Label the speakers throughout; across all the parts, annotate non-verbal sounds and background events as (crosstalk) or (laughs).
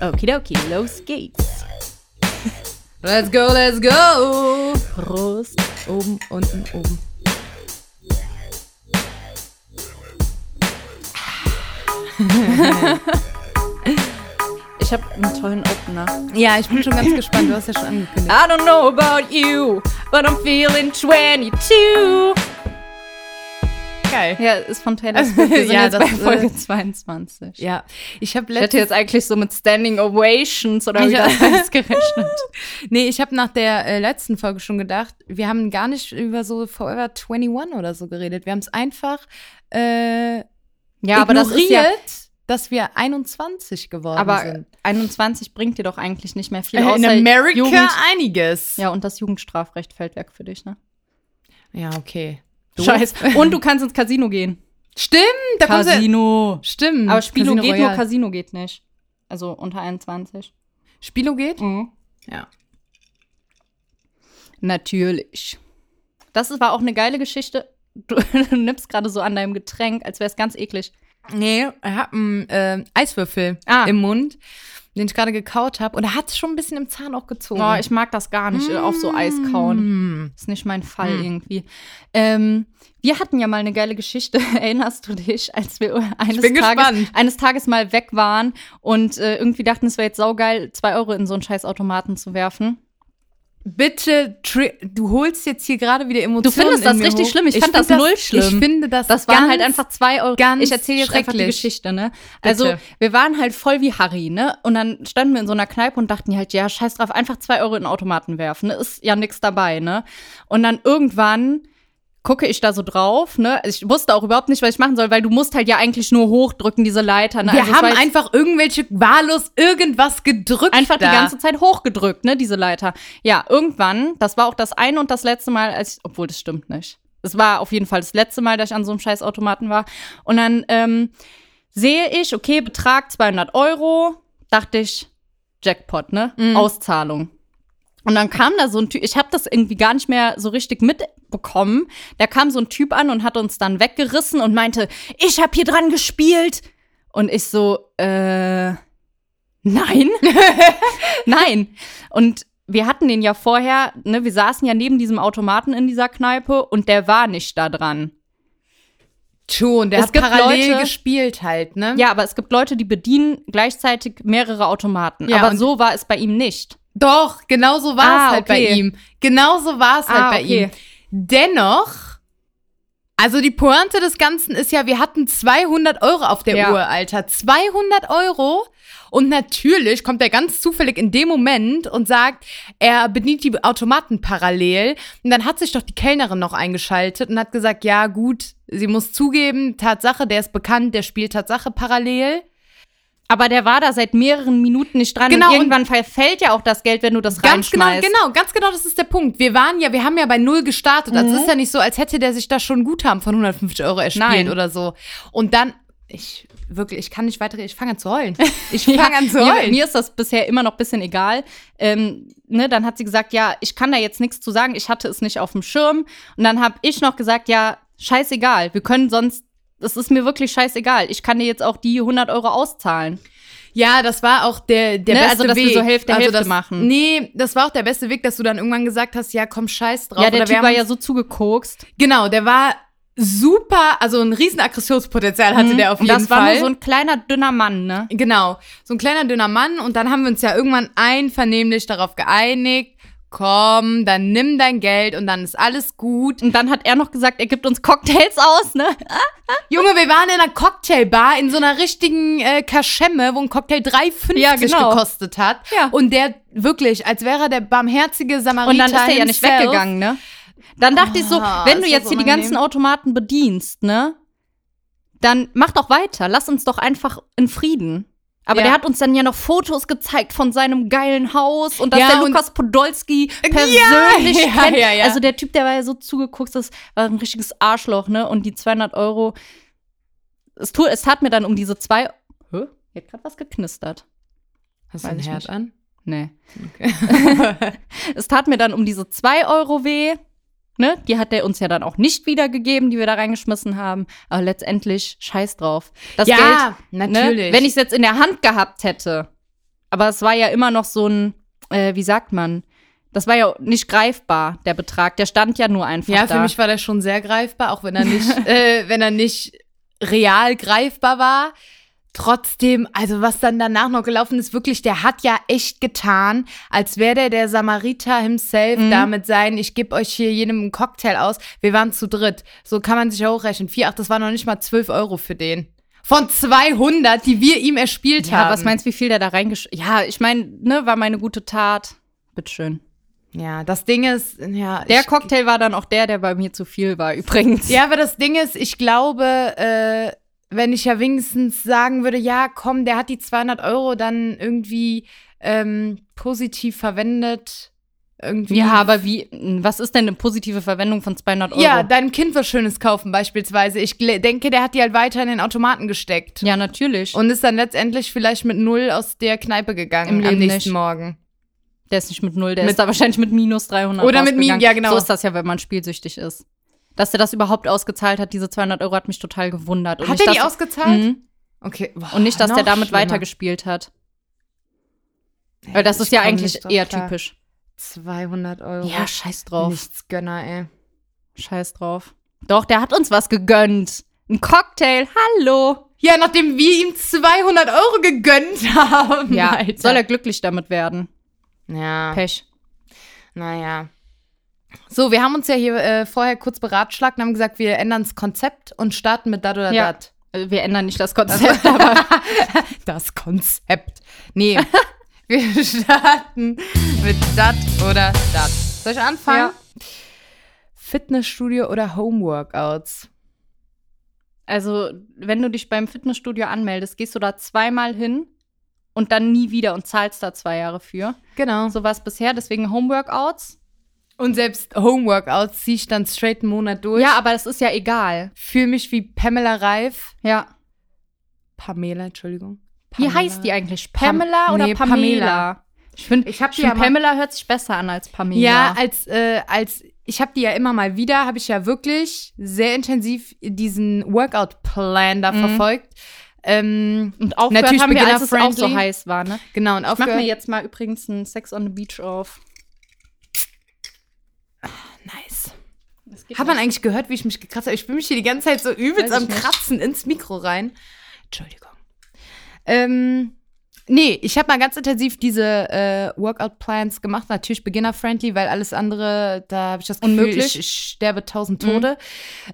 Speaker 1: Okidoki, los (laughs) geht's.
Speaker 2: Let's go, let's go!
Speaker 1: Prost. Oben, unten, oben.
Speaker 2: Ich habe einen tollen Opener.
Speaker 1: Ja, ich bin schon ganz gespannt. Du hast ja schon angekündigt.
Speaker 2: I don't know about you, but I'm feeling 22. Geil.
Speaker 1: Ja, ist von Taylor Swift.
Speaker 2: (laughs)
Speaker 1: Wir sind
Speaker 2: Ja,
Speaker 1: jetzt
Speaker 2: das,
Speaker 1: bei Folge
Speaker 2: äh,
Speaker 1: 22.
Speaker 2: Ja, ich habe
Speaker 1: Ich
Speaker 2: letztens...
Speaker 1: hätte jetzt eigentlich so mit Standing Ovations oder wie
Speaker 2: (laughs) Ja.
Speaker 1: das heißt gerechnet.
Speaker 2: (laughs) Nee, ich habe nach der äh, letzten Folge schon gedacht, wir haben gar nicht über so Forever 21 oder so geredet. Wir haben es einfach äh,
Speaker 1: Ja, aber das ist ja.
Speaker 2: ignoriert, dass wir 21 geworden
Speaker 1: Aber
Speaker 2: sind.
Speaker 1: 21 bringt dir doch eigentlich nicht mehr viel,
Speaker 2: Äh,
Speaker 1: außer Jugend.
Speaker 2: einiges. Ja,
Speaker 1: Ja, und das Jugendstrafrecht fällt weg für dich, ne?
Speaker 2: ja okay.
Speaker 1: Scheiß.
Speaker 2: (laughs)
Speaker 1: Und du kannst ins Casino gehen.
Speaker 2: Stimmt, da kommst du...
Speaker 1: Casino.
Speaker 2: Stimmt.
Speaker 1: Aber Spilo
Speaker 2: Casino
Speaker 1: geht nur,
Speaker 2: Royale.
Speaker 1: Casino geht nicht. Also unter 21.
Speaker 2: Spilo geht?
Speaker 1: Mhm.
Speaker 2: Ja.
Speaker 1: Natürlich. Das war auch eine geile Geschichte. Du (laughs) nippst gerade so an deinem Getränk, als wäre es ganz eklig.
Speaker 2: Nee, ich habe einen äh, Eiswürfel
Speaker 1: Ah.
Speaker 2: im Mund, den ich gerade gekaut habe. Und er hat es schon ein bisschen im Zahn auch gezogen.
Speaker 1: Oh, ich mag das gar nicht, auf so Eis kauen.
Speaker 2: Mm.
Speaker 1: Ist nicht mein Fall irgendwie. Ähm, wir hatten ja mal eine geile Geschichte, (laughs) erinnerst du dich, als wir eines,
Speaker 2: bin
Speaker 1: Tages,
Speaker 2: gespannt.
Speaker 1: eines Tages mal weg waren und äh, irgendwie dachten, es wäre jetzt saugeil, zwei Euro in so einen scheiß Automaten zu werfen.
Speaker 2: Bitte, tri- du holst jetzt hier gerade wieder Emotionen.
Speaker 1: Du findest
Speaker 2: in
Speaker 1: das
Speaker 2: mir
Speaker 1: richtig
Speaker 2: hoch.
Speaker 1: schlimm. Ich fand
Speaker 2: find
Speaker 1: das null schlimm.
Speaker 2: Ich finde das.
Speaker 1: Das waren
Speaker 2: ganz-
Speaker 1: halt einfach zwei Euro.
Speaker 2: ganz
Speaker 1: ich erzähle jetzt einfach die
Speaker 2: schrecklich.
Speaker 1: Geschichte, ne? Also,
Speaker 2: Bitte.
Speaker 1: wir waren halt voll wie Harry, ne? Und dann standen wir in so einer Kneipe und dachten halt, ja, scheiß drauf, einfach zwei Euro in den Automaten werfen, ne? Ist ja nix dabei, ne? Und dann irgendwann gucke ich da so drauf, ne? Also ich wusste auch überhaupt nicht, was ich machen soll, weil du musst halt ja eigentlich nur hochdrücken, diese Leiter, ne?
Speaker 2: Wir
Speaker 1: also es war
Speaker 2: haben
Speaker 1: jetzt-
Speaker 2: einfach irgendwelche wahllos irgendwas gedrückt.
Speaker 1: Einfach
Speaker 2: da.
Speaker 1: die ganze Zeit hochgedrückt, ne, diese Leiter. Ja, irgendwann, das war auch das eine und das letzte Mal, als ich, obwohl das stimmt nicht. Es war auf jeden Fall das letzte Mal, dass ich an so einem Scheißautomaten war. Und dann ähm, sehe ich, okay, Betrag 200 Euro, dachte ich, Jackpot, ne, Auszahlung. Und dann kam da so ein Typ, ich habe das irgendwie gar nicht mehr so richtig mitbekommen. Da kam so ein Typ an und hat uns dann weggerissen und meinte, ich habe hier dran gespielt. Und ich so, äh, nein, nein. Und wir hatten den ja vorher, ne, wir saßen ja neben diesem Automaten in dieser Kneipe und der war nicht da dran.
Speaker 2: Schon, der
Speaker 1: Es
Speaker 2: hat
Speaker 1: gibt
Speaker 2: parallel
Speaker 1: Leute-
Speaker 2: gespielt halt, ne?
Speaker 1: Ja, aber es gibt Leute, die bedienen gleichzeitig mehrere Automaten.
Speaker 2: Ja,
Speaker 1: aber
Speaker 2: und-
Speaker 1: so war es bei ihm nicht.
Speaker 2: Doch, genau so war es
Speaker 1: Ah,
Speaker 2: halt
Speaker 1: okay.
Speaker 2: bei ihm. Genau so war es
Speaker 1: Ah,
Speaker 2: halt bei
Speaker 1: okay.
Speaker 2: ihm. Dennoch, also die Pointe des Ganzen ist ja, wir hatten 200 Euro auf der
Speaker 1: Ja.
Speaker 2: Uhr, Alter. 200 Euro. Und natürlich kommt er ganz zufällig in dem Moment und sagt, er bedient die Automaten parallel. Und dann hat sich doch die Kellnerin noch eingeschaltet und hat gesagt, ja gut, sie muss zugeben, Tatsache, der ist bekannt, der spielt Tatsache parallel.
Speaker 1: Aber der war da seit mehreren Minuten nicht dran.
Speaker 2: Genau,
Speaker 1: und
Speaker 2: und-
Speaker 1: irgendwann verfällt ja auch das Geld, wenn du das
Speaker 2: Ganz genau,
Speaker 1: reinschmeißt.
Speaker 2: genau, ganz genau, das ist der Punkt. Wir waren ja, wir haben ja bei Null gestartet. Also
Speaker 1: Mhm.
Speaker 2: es ist ja nicht so, als hätte der sich da schon Guthaben von 150 Euro erspielt
Speaker 1: Nein.
Speaker 2: oder so. Und dann, ich wirklich, ich kann nicht weiter, ich fange an zu heulen.
Speaker 1: (laughs)
Speaker 2: Ich
Speaker 1: Ja,
Speaker 2: fange an zu
Speaker 1: mir,
Speaker 2: heulen.
Speaker 1: mir ist das bisher immer noch ein bisschen egal. Ähm, ne, dann hat sie gesagt, ja, ich kann da jetzt nichts zu sagen, ich hatte es nicht auf dem Schirm. Und dann habe ich noch gesagt, ja, scheißegal, wir können sonst, es ist mir wirklich scheißegal, ich kann dir jetzt auch die 100 Euro auszahlen.
Speaker 2: ja, das war auch der, der
Speaker 1: Ne,
Speaker 2: beste
Speaker 1: also, dass wir
Speaker 2: Weg.
Speaker 1: so Hälfte, Hälfte
Speaker 2: das,
Speaker 1: machen.
Speaker 2: Nee, das war auch der beste Weg, dass du dann irgendwann gesagt hast, ja, komm, scheiß drauf.
Speaker 1: ja, der
Speaker 2: oder wir
Speaker 1: Typ war
Speaker 2: haben-
Speaker 1: ja so zugekokst.
Speaker 2: Genau, der war super, also ein riesen Aggressionspotenzial hatte der auf
Speaker 1: Mhm. Und das
Speaker 2: jeden Fall.
Speaker 1: war nur so ein kleiner, dünner Mann, ne?
Speaker 2: Genau, so ein kleiner dünner Mann und dann haben wir uns ja irgendwann einvernehmlich darauf geeinigt, komm, dann nimm dein Geld und dann ist alles gut.
Speaker 1: Und dann hat er noch gesagt, er gibt uns Cocktails aus, ne?
Speaker 2: Junge, wir waren in einer Cocktailbar, in so einer richtigen äh, Kaschemme, wo ein Cocktail 3,50
Speaker 1: Ja, genau.
Speaker 2: gekostet hat.
Speaker 1: Ja.
Speaker 2: Und der wirklich, als wäre er der barmherzige Samariter
Speaker 1: Und dann ist er ja nicht
Speaker 2: himself.
Speaker 1: weggegangen, ne? Dann dachte ich so,
Speaker 2: Ah,
Speaker 1: wenn
Speaker 2: ist
Speaker 1: du
Speaker 2: das
Speaker 1: jetzt hier die
Speaker 2: unangenehm.
Speaker 1: ganzen Automaten bedienst, ne? Dann mach doch weiter. Lass uns doch einfach in Frieden. Aber
Speaker 2: Ja.
Speaker 1: der hat uns dann ja noch Fotos gezeigt von seinem geilen Haus und dass
Speaker 2: Ja,
Speaker 1: der
Speaker 2: und-
Speaker 1: Lukas Podolski persönlich (laughs)
Speaker 2: ja,
Speaker 1: kennt.
Speaker 2: ja, ja.
Speaker 1: Also der Typ, der war ja so zugeguckt, das war ein richtiges Arschloch, ne? Und die 200 Euro, es, tu, es tat mir dann um diese zwei. Hä? Hier hat gerade was geknistert.
Speaker 2: Hast du
Speaker 1: Weiß
Speaker 2: einen
Speaker 1: ich
Speaker 2: Herd
Speaker 1: nicht.
Speaker 2: an?
Speaker 1: Nee. (laughs) es tat mir dann um diese 2 Euro weh. Ne? Die hat der uns ja dann auch nicht wiedergegeben, die wir da reingeschmissen haben. Aber ne? letztendlich, scheiß drauf. Das Geld, ne? wenn ich es jetzt in der Hand gehabt hätte, Aber es war ja immer noch so ein, äh, wie sagt man? Das war ja nicht greifbar, der Betrag. Der stand ja nur einfach
Speaker 2: Ja,
Speaker 1: da.
Speaker 2: für mich war der schon sehr greifbar, auch wenn er nicht, (laughs) äh, wenn er nicht real greifbar war. Trotzdem, also was dann danach noch gelaufen ist, wirklich, der hat ja echt getan, als wäre der der Samariter himself
Speaker 1: Mhm.
Speaker 2: da damit sein, ich gebe euch hier jedem einen Cocktail aus. Wir waren zu dritt. So kann man sich ja hochrechnen. 4, 8, das waren noch nicht mal 12 Euro für den. Von 200, die wir ihm erspielt
Speaker 1: ja,
Speaker 2: haben.
Speaker 1: was meinst du, wie viel der da reingesch... Ja, ich meine, ne, war meine gute Tat. Bitteschön.
Speaker 2: Ja, das Ding ist, ja.
Speaker 1: Der
Speaker 2: ich-
Speaker 1: Cocktail war dann auch der, der bei mir zu viel war, (laughs) übrigens.
Speaker 2: Ja, aber das Ding ist, ich glaube, äh, wenn ich ja wenigstens sagen würde, ja, komm, der hat die 200 Euro dann irgendwie ähm, positiv verwendet. Irgendwie.
Speaker 1: Ja, aber wie, was ist denn eine positive Verwendung von 200 Euro?
Speaker 2: Ja, deinem Kind was Schönes kaufen beispielsweise. Ich gl- denke, der hat die halt weiter in den Automaten gesteckt.
Speaker 1: ja natürlich.
Speaker 2: Und ist dann letztendlich vielleicht mit null aus der Kneipe gegangen
Speaker 1: Im
Speaker 2: am
Speaker 1: Leben
Speaker 2: nächsten
Speaker 1: nicht.
Speaker 2: Morgen.
Speaker 1: der ist nicht mit Null, der
Speaker 2: Mit-
Speaker 1: ist da wahrscheinlich mit minus 300
Speaker 2: Oder mit Min-
Speaker 1: rausgegangen.
Speaker 2: ja, genau.
Speaker 1: So ist das ja, wenn man spielsüchtig ist. Dass er das überhaupt ausgezahlt hat, diese 200 Euro, hat mich total gewundert. Und
Speaker 2: Hat
Speaker 1: nicht,
Speaker 2: er die
Speaker 1: dass-
Speaker 2: ausgezahlt?
Speaker 1: Mhm.
Speaker 2: Okay. Boah,
Speaker 1: Und nicht, dass der
Speaker 2: noch
Speaker 1: damit
Speaker 2: schlimmer.
Speaker 1: weitergespielt hat. Weil das
Speaker 2: Ich
Speaker 1: ist ja
Speaker 2: komm
Speaker 1: eigentlich
Speaker 2: nicht drauf
Speaker 1: eher
Speaker 2: klar.
Speaker 1: typisch.
Speaker 2: 200 Euro.
Speaker 1: Ja, scheiß drauf.
Speaker 2: Nichts Gönner, ey.
Speaker 1: Scheiß drauf. Doch, der hat uns was gegönnt. Ein Cocktail, hallo.
Speaker 2: Ja, nachdem wir ihm 200 Euro gegönnt
Speaker 1: (laughs)
Speaker 2: haben.
Speaker 1: Ja,
Speaker 2: Alter.
Speaker 1: soll er glücklich damit werden.
Speaker 2: Ja,
Speaker 1: Pech.
Speaker 2: naja. So, wir haben uns ja hier äh, vorher kurz beratschlagt und haben gesagt, wir ändern das Konzept und starten mit dat oder
Speaker 1: Ja.
Speaker 2: dat.
Speaker 1: Äh, Wir ändern nicht das Konzept, aber
Speaker 2: Das Konzept. Nee, (laughs) wir starten mit dat oder dat. Soll ich anfangen?
Speaker 1: Ja.
Speaker 2: Fitnessstudio oder Homeworkouts?
Speaker 1: Also, wenn du dich beim Fitnessstudio anmeldest, gehst du da zweimal hin und dann nie wieder und zahlst da zwei Jahre für.
Speaker 2: Genau.
Speaker 1: So war es bisher, deswegen Homeworkouts.
Speaker 2: Und selbst Homeworkouts ziehe ich dann straight einen Monat durch.
Speaker 1: Ja, aber das ist ja egal.
Speaker 2: Fühle mich wie Pamela Reif.
Speaker 1: Ja.
Speaker 2: Pamela, Entschuldigung.
Speaker 1: Wie heißt die eigentlich? Pamela
Speaker 2: Pam-
Speaker 1: oder
Speaker 2: nee,
Speaker 1: Pamela?
Speaker 2: Pamela.
Speaker 1: Ich finde,
Speaker 2: Ich hab die
Speaker 1: ja
Speaker 2: ja mal-
Speaker 1: Pamela hört sich besser an als Pamela.
Speaker 2: Ja, als, äh, als ich habe die ja immer mal wieder, habe ich ja wirklich sehr intensiv diesen Workout-Plan da
Speaker 1: Mhm.
Speaker 2: verfolgt. Ähm,
Speaker 1: und aufgehört
Speaker 2: natürlich
Speaker 1: haben wir, als es
Speaker 2: beginner-friendly.
Speaker 1: auch so heiß war, ne?
Speaker 2: genau, und
Speaker 1: Ich mach mir
Speaker 2: aufgehört.
Speaker 1: jetzt mal übrigens einen Sex on the Beach auf.
Speaker 2: Nice.
Speaker 1: Das geht
Speaker 2: Hat man eigentlich gehört, wie ich mich gekratzt habe? Ich bin mich hier die ganze Zeit so
Speaker 1: Weiß
Speaker 2: übelst
Speaker 1: ich
Speaker 2: am
Speaker 1: nicht.
Speaker 2: Kratzen ins Mikro rein. Entschuldigung. Ähm, nee, ich habe mal ganz intensiv diese äh, Workout-Plans gemacht. Natürlich beginner-friendly, weil alles andere, da habe ich das Gefühl,
Speaker 1: Unmöglich. Mhm.
Speaker 2: Ich, ich sterbe tausend Tode.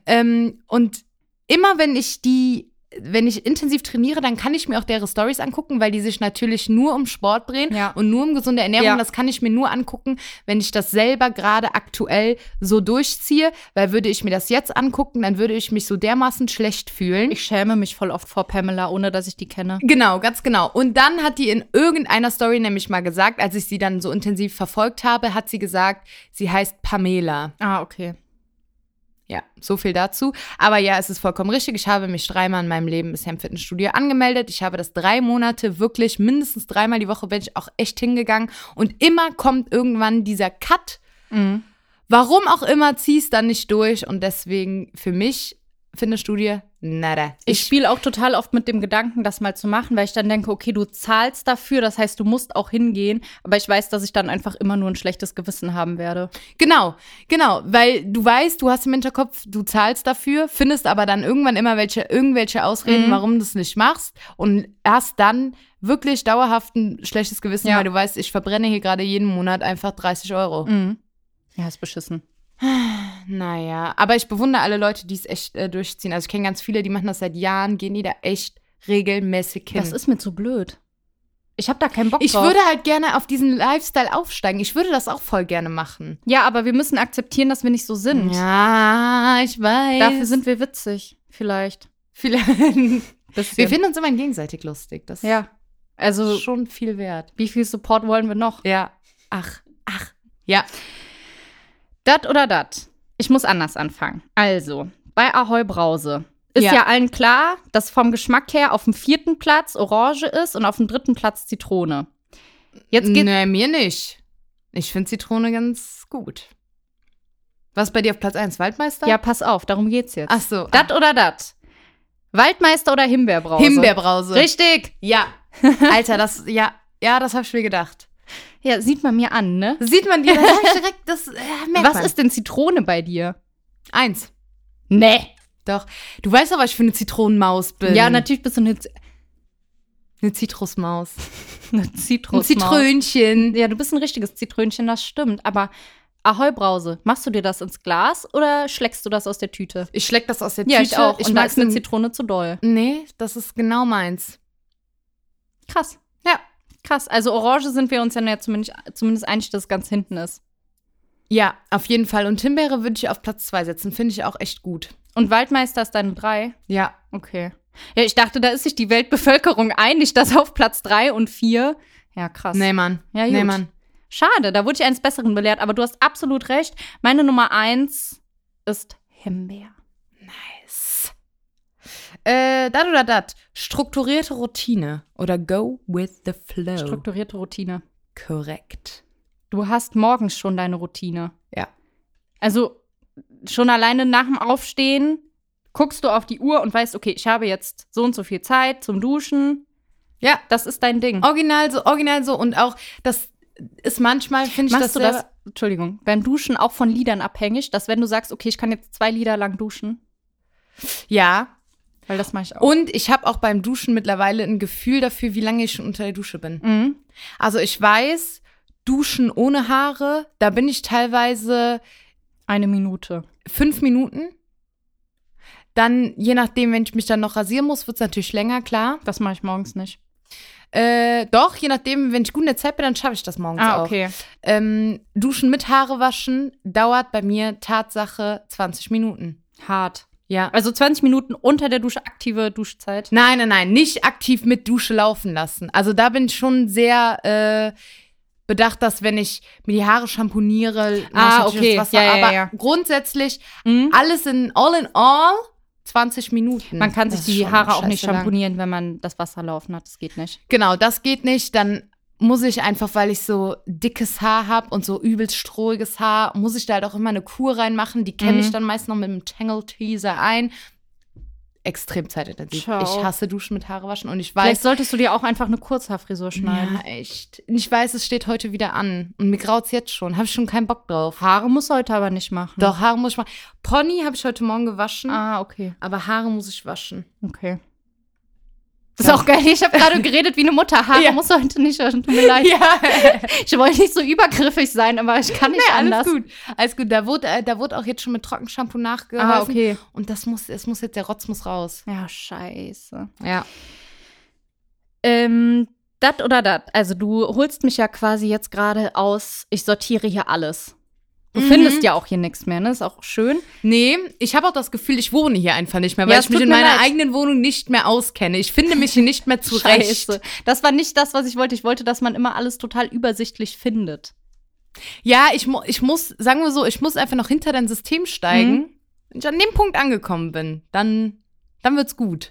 Speaker 2: Ähm, und immer wenn ich die wenn ich intensiv trainiere, dann kann ich mir auch deren Stories angucken, weil die sich natürlich nur um Sport drehen
Speaker 1: Ja.
Speaker 2: und nur um gesunde Ernährung.
Speaker 1: Ja.
Speaker 2: Das kann ich mir nur angucken, wenn ich das selber gerade aktuell so durchziehe, weil würde ich mir das jetzt angucken, dann würde ich mich so dermaßen schlecht fühlen.
Speaker 1: Ich schäme mich voll oft vor Pamela, ohne dass ich die kenne.
Speaker 2: Genau, ganz genau. Und dann hat die in irgendeiner Story nämlich mal gesagt, als ich sie dann so intensiv verfolgt habe, hat sie gesagt, sie heißt Pamela.
Speaker 1: Ah, okay.
Speaker 2: Ja, so viel dazu. Aber ja, es ist vollkommen richtig. Ich habe mich dreimal in meinem Leben bisher im Fitnessstudio angemeldet. Ich habe das drei Monate wirklich mindestens dreimal die Woche bin ich auch echt hingegangen. Und immer kommt irgendwann dieser Cut. Warum auch immer, zieh es dann nicht durch. Und deswegen für mich Fitnessstudio, nada.
Speaker 1: Ich spiele auch total oft mit dem Gedanken, das mal zu machen, weil ich dann denke, okay, du zahlst dafür, das heißt, du musst auch hingehen, aber ich weiß, dass ich dann einfach immer nur ein schlechtes Gewissen haben werde.
Speaker 2: Genau, genau, weil du weißt, du hast im Hinterkopf, du zahlst dafür, findest aber dann irgendwann immer welche, irgendwelche Ausreden, warum du es nicht machst und hast dann wirklich dauerhaft ein schlechtes Gewissen,
Speaker 1: Ja.
Speaker 2: weil du weißt, ich verbrenne hier gerade jeden Monat einfach 30 Euro.
Speaker 1: Mhm. Ja, ist beschissen.
Speaker 2: Hm, Naja, aber ich bewundere alle Leute, die es echt äh, durchziehen. Also ich kenne ganz viele, die machen das seit Jahren, gehen die da echt regelmäßig hin.
Speaker 1: Das ist mir zu blöd. Ich habe da keinen Bock
Speaker 2: ich
Speaker 1: drauf.
Speaker 2: würde halt gerne auf diesen Lifestyle aufsteigen. Ich würde das auch voll gerne machen.
Speaker 1: ja, aber wir müssen akzeptieren, dass wir nicht so sind.
Speaker 2: Ja, ich weiß.
Speaker 1: Dafür sind wir witzig, vielleicht.
Speaker 2: viele.
Speaker 1: (laughs) Bisschen.
Speaker 2: Wir finden uns immer gegenseitig lustig. Das
Speaker 1: ja. Also,
Speaker 2: ist schon viel wert.
Speaker 1: wie viel Support wollen wir noch?
Speaker 2: Ja. Ach, ach. Ja.
Speaker 1: Dat oder dat? Ich muss anders anfangen. Also, bei Ahoi Brause ist
Speaker 2: Ja.
Speaker 1: ja. allen klar, dass vom Geschmack her auf dem vierten Platz Orange ist und auf dem dritten Platz Zitrone. Jetzt geht.
Speaker 2: nee, mir nicht. Ich finde Zitrone ganz gut. Was bei dir auf Platz 1? Waldmeister?
Speaker 1: Ja, pass auf, darum geht's jetzt.
Speaker 2: ne. Ach so.
Speaker 1: Dat oder dat? Waldmeister oder Himbeerbrause?
Speaker 2: Himbeerbrause. (laughs)
Speaker 1: Richtig.
Speaker 2: Ja. Alter, das, ja. Ja, das habe ich mir gedacht.
Speaker 1: Ja, sieht man mir an, ne?
Speaker 2: Sieht man dir das hab ich direkt, das äh, merkt
Speaker 1: Was
Speaker 2: man.
Speaker 1: ist denn Zitrone bei dir?
Speaker 2: eins?
Speaker 1: Nee.
Speaker 2: Doch. Du weißt doch, was ich für eine Zitronenmaus bin.
Speaker 1: Ja, natürlich bist du eine, Z- (laughs)
Speaker 2: Eine Zitrusmaus.
Speaker 1: eine
Speaker 2: Ein
Speaker 1: Zitrus.
Speaker 2: Zitrönchen.
Speaker 1: Ja, du bist ein richtiges Zitrönchen, das stimmt. Aber Ahoi Brause, machst du dir das ins Glas oder schlägst du das aus der Tüte?
Speaker 2: Ich schleck das aus der
Speaker 1: Ja,
Speaker 2: Tüte.
Speaker 1: ich auch.
Speaker 2: Ich
Speaker 1: Und da
Speaker 2: mag
Speaker 1: ist eine Zitrone zu doll.
Speaker 2: Nee, das ist genau meins.
Speaker 1: Krass.
Speaker 2: Ja.
Speaker 1: Krass. Also Orange sind wir uns ja na- zumindest, zumindest einig, dass es ganz hinten ist.
Speaker 2: Ja, auf jeden Fall. Und Himbeere würde ich auf Platz zwei setzen. Finde ich auch echt gut.
Speaker 1: Und Waldmeister ist deine drei.
Speaker 2: Ja.
Speaker 1: Okay. Ja, ich dachte, da ist sich die Weltbevölkerung einig, dass auf Platz drei und vier. Ja, krass.
Speaker 2: Nee, Mann.
Speaker 1: Ja,
Speaker 2: Nee,
Speaker 1: gut.
Speaker 2: Mann.
Speaker 1: Schade, da wurde ich eines Besseren belehrt, aber du hast absolut recht. Meine Nummer eins ist Himbeer.
Speaker 2: Äh, dat oder dat. Strukturierte Routine. Oder go with the
Speaker 1: Oh.
Speaker 2: flow.
Speaker 1: Strukturierte Routine.
Speaker 2: Korrekt.
Speaker 1: Du hast morgens schon deine Routine.
Speaker 2: Ja.
Speaker 1: Also schon alleine nach dem Aufstehen guckst du auf die Uhr und weißt, okay, ich habe jetzt so und so viel Zeit zum Duschen.
Speaker 2: Ja.
Speaker 1: Das ist dein Ding.
Speaker 2: Original so, original so. Und auch, das ist manchmal, finde ich,
Speaker 1: Machst
Speaker 2: das
Speaker 1: du das,
Speaker 2: selber-
Speaker 1: Entschuldigung, beim Duschen auch von Liedern abhängig, dass wenn du sagst, okay, ich kann jetzt zwei Lieder lang duschen,
Speaker 2: Ja.
Speaker 1: weil das mache ich auch.
Speaker 2: Und ich habe auch beim Duschen mittlerweile ein Gefühl dafür, wie lange ich schon unter der Dusche bin.
Speaker 1: Mhm.
Speaker 2: Also ich weiß, Duschen ohne Haare, da bin ich teilweise
Speaker 1: Eine Minute.
Speaker 2: fünf Minuten. Dann, je nachdem, wenn ich mich dann noch rasieren muss, wird es natürlich länger, klar.
Speaker 1: Das mache ich morgens nicht.
Speaker 2: Äh, doch, je nachdem, wenn ich gut in der Zeit bin, dann schaffe ich das morgens
Speaker 1: Ah,
Speaker 2: auch.
Speaker 1: okay.
Speaker 2: Ähm, Duschen mit Haare waschen dauert bei mir Tatsache 20 Minuten.
Speaker 1: Hart.
Speaker 2: Ja.
Speaker 1: Also 20 Minuten unter der Dusche, aktive Duschzeit.
Speaker 2: Nein, nein, nein, nicht aktiv mit Dusche laufen lassen. Also da bin ich schon sehr äh, bedacht, dass wenn ich mir die Haare shampooniere, mach ich
Speaker 1: Ah,
Speaker 2: natürlich
Speaker 1: okay.
Speaker 2: das Wasser.
Speaker 1: Ja, ja,
Speaker 2: aber
Speaker 1: ja.
Speaker 2: grundsätzlich
Speaker 1: Mhm.
Speaker 2: alles in all in all 20 Minuten.
Speaker 1: Man kann
Speaker 2: Das
Speaker 1: sich
Speaker 2: ist
Speaker 1: die
Speaker 2: schon
Speaker 1: Haare auch nicht
Speaker 2: scheiße lang.
Speaker 1: shampoonieren, wenn man das Wasser laufen hat. Das geht nicht.
Speaker 2: Genau, das geht nicht. Dann muss ich einfach, weil ich so dickes Haar habe und so übelst strohiges Haar, muss ich da halt auch immer eine Kur reinmachen. Die kenne
Speaker 1: Mhm.
Speaker 2: ich dann meist noch mit einem Tangle-Teaser ein. Extrem zeitintensiv.
Speaker 1: Ciao.
Speaker 2: Ich hasse Duschen mit Haare waschen und ich weiß,
Speaker 1: Vielleicht solltest du dir auch einfach eine Kurzhaarfrisur schneiden.
Speaker 2: Ja, echt. Ich weiß, es steht heute wieder an. Und mir graut's jetzt schon. Habe ich schon keinen Bock drauf.
Speaker 1: Haare muss heute aber nicht machen.
Speaker 2: Doch, Haare muss ich machen. Pony habe ich heute Morgen gewaschen.
Speaker 1: Ah, okay.
Speaker 2: Aber Haare muss
Speaker 1: (laughs)
Speaker 2: ich waschen.
Speaker 1: Okay. Das ist auch geil. Ich habe gerade geredet wie eine Mutter. Haare
Speaker 2: Ja.
Speaker 1: muss heute nicht waschen. Tut mir leid.
Speaker 2: Ja,
Speaker 1: Ich wollte nicht so übergriffig sein, aber ich kann nicht anders.
Speaker 2: (laughs)
Speaker 1: Ah,
Speaker 2: alles gut. Alles gut. Da wurde, äh, da wurde auch jetzt schon mit Trockenshampoo nachgeholfen.
Speaker 1: Ah, okay.
Speaker 2: Und das muss, es muss jetzt, der Rotz muss raus.
Speaker 1: Ja, scheiße.
Speaker 2: Ja.
Speaker 1: Ähm, dat oder dat. Also du holst mich ja quasi jetzt gerade aus, ich sortiere hier alles. Du
Speaker 2: Mhm.
Speaker 1: findest ja auch hier nichts mehr, ne? Ist auch schön.
Speaker 2: Nee, ich habe auch das Gefühl, ich wohne hier einfach nicht mehr,
Speaker 1: Ja,
Speaker 2: weil
Speaker 1: es
Speaker 2: ich mich
Speaker 1: tut
Speaker 2: in
Speaker 1: mir
Speaker 2: meiner
Speaker 1: leid.
Speaker 2: eigenen Wohnung nicht mehr auskenne. Ich finde mich hier
Speaker 1: (laughs)
Speaker 2: nicht mehr zurecht.
Speaker 1: Scheiße. Das war nicht das, was ich wollte. Ich wollte, dass man immer alles total übersichtlich findet.
Speaker 2: Ja, ich, mu ich muss, sagen wir so, ich muss einfach noch hinter dein System steigen.
Speaker 1: Mhm.
Speaker 2: Wenn ich an dem Punkt angekommen bin, dann, dann wird's gut.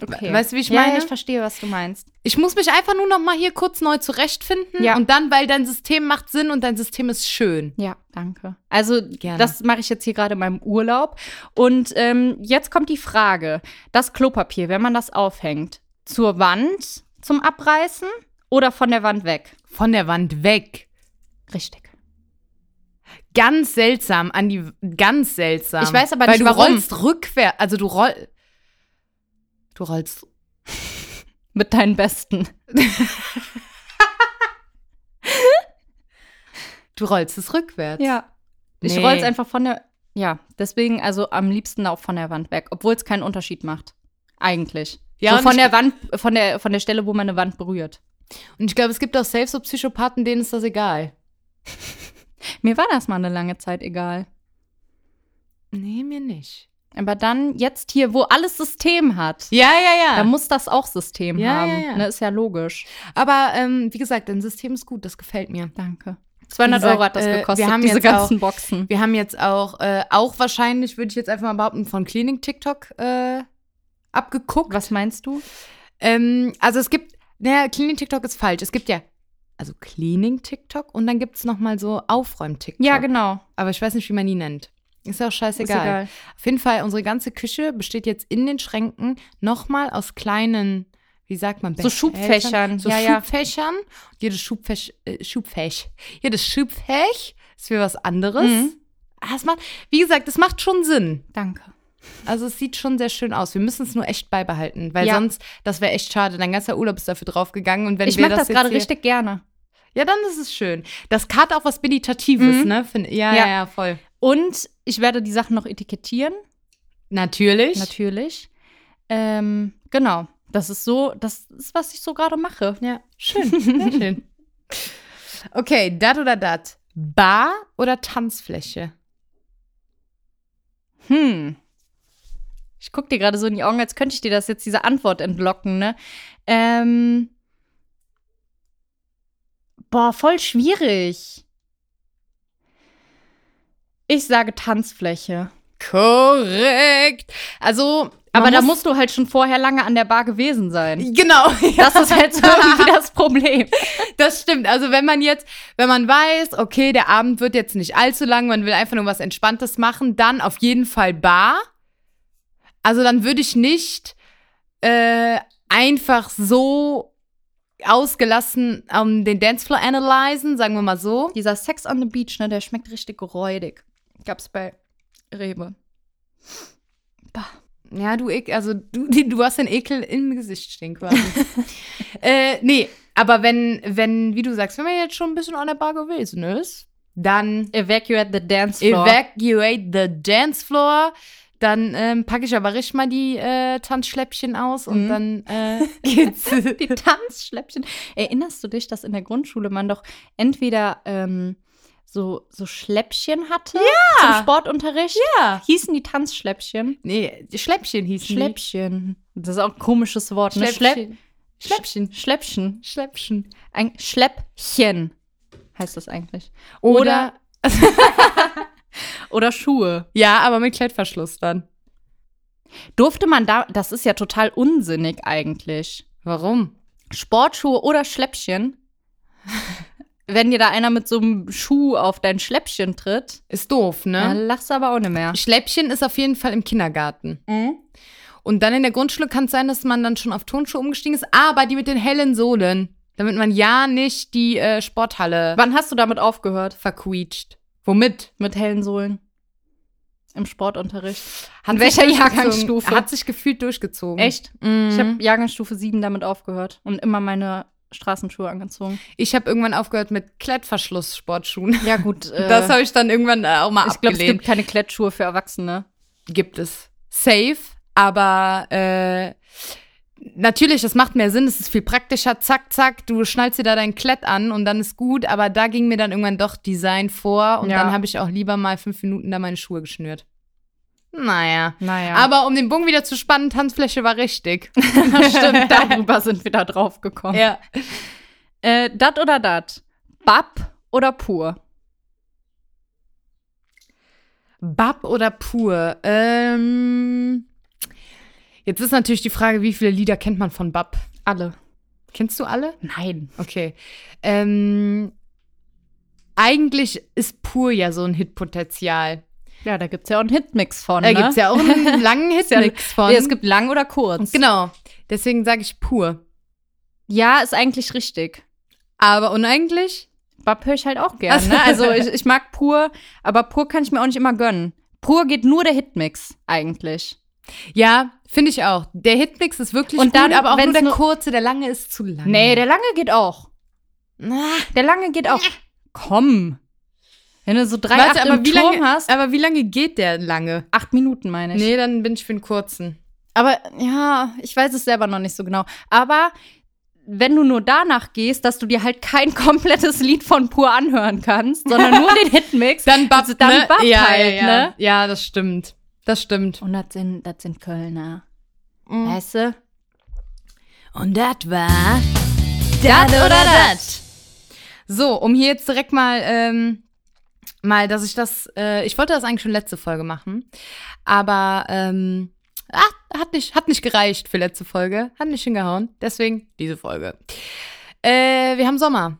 Speaker 1: Okay.
Speaker 2: Weißt du, wie ich
Speaker 1: ja,
Speaker 2: meine?
Speaker 1: Ja, ich verstehe, was du meinst.
Speaker 2: Ich muss mich einfach nur noch mal hier kurz neu zurechtfinden.
Speaker 1: Ja.
Speaker 2: Und dann, weil dein System macht Sinn und dein System ist schön.
Speaker 1: Ja, danke. Also
Speaker 2: Gerne.
Speaker 1: das mache ich jetzt hier gerade in meinem Urlaub. Und ähm, jetzt kommt die Frage, das Klopapier, wenn man das aufhängt, zur Wand zum Abreißen oder von der Wand weg?
Speaker 2: Von der Wand weg.
Speaker 1: Richtig.
Speaker 2: Ganz seltsam, an die ganz seltsam.
Speaker 1: Ich weiß aber
Speaker 2: weil
Speaker 1: nicht,
Speaker 2: du
Speaker 1: warum.
Speaker 2: rollst rückwärts, also du roll du rollst
Speaker 1: Mit deinen Besten.
Speaker 2: du rollst es rückwärts.
Speaker 1: Ja. Ich
Speaker 2: Nee.
Speaker 1: roll's rolle es einfach von der. Ja, deswegen also am liebsten auch von der Wand weg, obwohl es keinen Unterschied macht. Eigentlich.
Speaker 2: Ja,
Speaker 1: so
Speaker 2: und
Speaker 1: von
Speaker 2: ich-
Speaker 1: der Wand, von der, von der Stelle, wo man eine Wand berührt.
Speaker 2: Und ich glaube, es gibt auch safe so Psychopathen, denen ist das egal.
Speaker 1: Mir war das mal eine lange Zeit egal.
Speaker 2: Nee, mir nicht.
Speaker 1: Aber dann jetzt hier, wo alles System hat,
Speaker 2: Ja, ja, ja.
Speaker 1: da muss das auch System
Speaker 2: Ja,
Speaker 1: haben.
Speaker 2: ja, ja.
Speaker 1: Ne, ist ja logisch.
Speaker 2: Aber ähm, wie gesagt, dein System ist gut, das gefällt mir.
Speaker 1: Danke. 200
Speaker 2: Wie gesagt,
Speaker 1: Euro hat das
Speaker 2: äh,
Speaker 1: gekostet,
Speaker 2: wir haben
Speaker 1: diese
Speaker 2: jetzt
Speaker 1: ganzen Boxen.
Speaker 2: Wir haben jetzt auch, äh, auch wahrscheinlich, würde ich jetzt einfach mal behaupten, von Cleaning TikTok äh, abgeguckt.
Speaker 1: Was meinst du?
Speaker 2: Ähm, also es gibt, naja, Cleaning TikTok ist falsch. Es gibt ja, also Cleaning TikTok und dann gibt es nochmal so Aufräum TikTok.
Speaker 1: Ja, genau.
Speaker 2: Aber ich weiß nicht, wie man die nennt. Ist ja auch scheißegal.
Speaker 1: Ist egal.
Speaker 2: Auf jeden Fall, unsere ganze Küche besteht jetzt in den Schränken nochmal aus kleinen, wie sagt man,
Speaker 1: So Schubfächern,
Speaker 2: so
Speaker 1: ja, ja.
Speaker 2: Schubfächern. Jedes Schubfäch, äh, Schubfäch, jedes Schubfäch ist für was anderes.
Speaker 1: Mhm.
Speaker 2: Ah, Es macht, wie gesagt, es macht schon Sinn.
Speaker 1: Danke.
Speaker 2: Also es sieht schon sehr schön aus. Wir müssen es nur echt beibehalten, weil
Speaker 1: Ja.
Speaker 2: sonst, das wäre echt schade. Dein ganzer Urlaub ist dafür draufgegangen und wenn
Speaker 1: ich
Speaker 2: wir
Speaker 1: mache das,
Speaker 2: jetzt
Speaker 1: gerade
Speaker 2: hier-
Speaker 1: richtig gerne.
Speaker 2: Ja, dann ist es schön. Das hat auch was meditatives,
Speaker 1: Mhm.
Speaker 2: ne? Find, ja, ja,
Speaker 1: Ja.
Speaker 2: ja, voll.
Speaker 1: Und ich werde die Sachen noch etikettieren,
Speaker 2: Natürlich.
Speaker 1: natürlich. Ähm, genau. Das ist so, das ist, was ich so gerade mache.
Speaker 2: Ja, schön, sehr schön. (laughs) Okay, dat oder dat. Bar oder Tanzfläche?
Speaker 1: Hm. Ich gucke dir gerade so in die Augen, als könnte ich dir das jetzt diese Antwort entlocken, ne? Ähm. Boah, voll schwierig. Ich sage Tanzfläche.
Speaker 2: Korrekt. Also,
Speaker 1: Aber
Speaker 2: man
Speaker 1: da musst du halt schon vorher lange an der Bar gewesen sein.
Speaker 2: Genau. (laughs)
Speaker 1: Das ist halt (laughs) so irgendwie das Problem.
Speaker 2: Das stimmt. Also wenn man jetzt, wenn man weiß, okay, der Abend wird jetzt nicht allzu lang, man will einfach nur was Entspanntes machen, dann auf jeden Fall Bar. Also dann würde ich nicht äh, einfach so ausgelassen ähm, den Dancefloor analysen, sagen wir mal so.
Speaker 1: Dieser Sex on the Beach, ne, der schmeckt richtig räudig. Gab's bei Rewe.
Speaker 2: Ja, du, ek- also du, du hast den Ekel im Gesicht stehen (laughs) quasi. äh, nee, aber wenn, wenn, wie du sagst, wenn man jetzt schon ein bisschen an der Bar gewesen ist, dann
Speaker 1: Evacuate the dance floor.
Speaker 2: Evacuate the dance floor. Dann ähm, packe ich aber richtig mal die äh, Tanzschläppchen aus und
Speaker 1: Mhm. (laughs)
Speaker 2: dann äh, geht's.
Speaker 1: Die Tanzschläppchen. Erinnerst du dich, dass in der Grundschule man doch entweder ähm, so, so Schläppchen hatte
Speaker 2: Ja.
Speaker 1: zum Sportunterricht?
Speaker 2: ja.
Speaker 1: Hießen die Tanzschläppchen?
Speaker 2: Nee, die Schläppchen hießen
Speaker 1: Schläppchen. Das ist auch ein komisches Wort,
Speaker 2: die.
Speaker 1: ne? Schläpp-
Speaker 2: Schläppchen. Schläppchen.
Speaker 1: Schläppchen.
Speaker 2: Schläppchen.
Speaker 1: Ein Schläppchen heißt das eigentlich.
Speaker 2: Oder,
Speaker 1: Oder- Oder Schuhe.
Speaker 2: ja, aber mit Klettverschluss dann.
Speaker 1: Durfte man da, das ist ja total unsinnig eigentlich.
Speaker 2: Warum?
Speaker 1: Sportschuhe oder Schläppchen. (laughs) Wenn dir da einer mit so einem Schuh auf dein Schläppchen tritt,
Speaker 2: Ist doof,
Speaker 1: dann
Speaker 2: ne?
Speaker 1: lachst du aber auch nicht mehr.
Speaker 2: Schläppchen ist auf jeden Fall im Kindergarten. Und dann in der Grundschule kann es sein, dass man dann schon auf Turnschuhe umgestiegen ist, aber die mit den hellen Sohlen, damit man ja nicht die äh, Sporthalle
Speaker 1: Wann hast du damit aufgehört?
Speaker 2: verquietscht. Womit?
Speaker 1: Mit hellen Sohlen? Im Sportunterricht.
Speaker 2: Hat
Speaker 1: In
Speaker 2: sich
Speaker 1: welcher
Speaker 2: (laughs) durchgezogen.
Speaker 1: Jahrgangsstufe?
Speaker 2: Hat sich gefühlt durchgezogen.
Speaker 1: Echt?
Speaker 2: Mhm.
Speaker 1: Ich habe Jahrgangsstufe 7 damit aufgehört und immer meine Straßenschuhe angezogen.
Speaker 2: Ich habe hab irgendwann aufgehört mit Klettverschluss-Sportschuhen.
Speaker 1: Ja, gut. Äh,
Speaker 2: Das habe ich dann irgendwann äh, auch mal
Speaker 1: ich glaube, es
Speaker 2: abgelehnt.
Speaker 1: gibt keine Klettschuhe für Erwachsene.
Speaker 2: gibt, es. Safe, aber äh, natürlich, das macht mehr Sinn. Es ist viel praktischer. Zack, zack, du schnallst dir da dein Klett an und dann ist gut. Aber da ging mir dann irgendwann doch Design vor und
Speaker 1: Ja.
Speaker 2: dann habe ich auch lieber mal fünf Minuten da meine Schuhe geschnürt. Naja.
Speaker 1: Naja. Aber
Speaker 2: Aber um den Bogen wieder zu spannen, Tanzfläche war (laughs) richtig.
Speaker 1: (laughs) stimmt, darüber sind wir da drauf gekommen.
Speaker 2: (laughs) ja.
Speaker 1: Äh, dat oder dat? Bab oder pur?
Speaker 2: Bab oder pur? Ähm, jetzt ist natürlich die Frage, wie viele Lieder kennt man von Bab?
Speaker 1: Alle.
Speaker 2: Kennst du alle?
Speaker 1: Nein.
Speaker 2: Okay. Ähm, eigentlich ist pur ja so ein Hitpotenzial.
Speaker 1: Ja, da gibt's ja auch einen Hitmix von.
Speaker 2: Da
Speaker 1: ne?
Speaker 2: gibt's ja auch (laughs) einen langen Hitmix von.
Speaker 1: Nee, es gibt lang oder kurz.
Speaker 2: genau. Deswegen sage ich pur.
Speaker 1: Ja, ist eigentlich richtig.
Speaker 2: Aber uneigentlich?
Speaker 1: Bab höre ich halt auch gerne.
Speaker 2: Ach so.
Speaker 1: Ne? Also ich, ich mag pur, aber pur kann ich mir auch nicht immer gönnen. Pur geht nur der Hitmix eigentlich.
Speaker 2: Ja, finde ich auch. Der Hitmix ist wirklich
Speaker 1: Und dann,
Speaker 2: gut, aber auch nur
Speaker 1: wenn's
Speaker 2: der
Speaker 1: nur-
Speaker 2: kurze, der lange ist zu lang.
Speaker 1: Nee, der lange geht auch.
Speaker 2: Ah.
Speaker 1: Der lange geht auch. Komm. Wenn du so drei, acht
Speaker 2: Warte, aber
Speaker 1: im
Speaker 2: wie,
Speaker 1: Turm
Speaker 2: lange,
Speaker 1: hast.
Speaker 2: aber wie lange geht der lange?
Speaker 1: Acht Minuten meine ich.
Speaker 2: Nee, dann bin ich für einen kurzen.
Speaker 1: Aber ja, ich weiß es selber noch nicht so genau. Aber wenn du nur danach gehst, dass du dir halt kein (laughs) komplettes Lied von Pur anhören kannst, sondern nur den Hitmix,
Speaker 2: (laughs)
Speaker 1: also
Speaker 2: Dann Bab,
Speaker 1: dann
Speaker 2: ne?
Speaker 1: Bab
Speaker 2: ja,
Speaker 1: halt,
Speaker 2: ja, ja.
Speaker 1: ne?
Speaker 2: Ja, das stimmt. Das stimmt.
Speaker 1: Und das sind, das sind Kölner.
Speaker 2: Mhm.
Speaker 1: Weißt du?
Speaker 2: Und das war
Speaker 1: Dat oder
Speaker 2: dat. So, um hier jetzt direkt mal, ähm, mal, dass ich das, äh, ich wollte das eigentlich schon letzte Folge machen, aber ähm, ah, hat nicht, hat nicht gereicht für letzte Folge, hat nicht hingehauen, deswegen diese Folge. Äh, wir haben Sommer.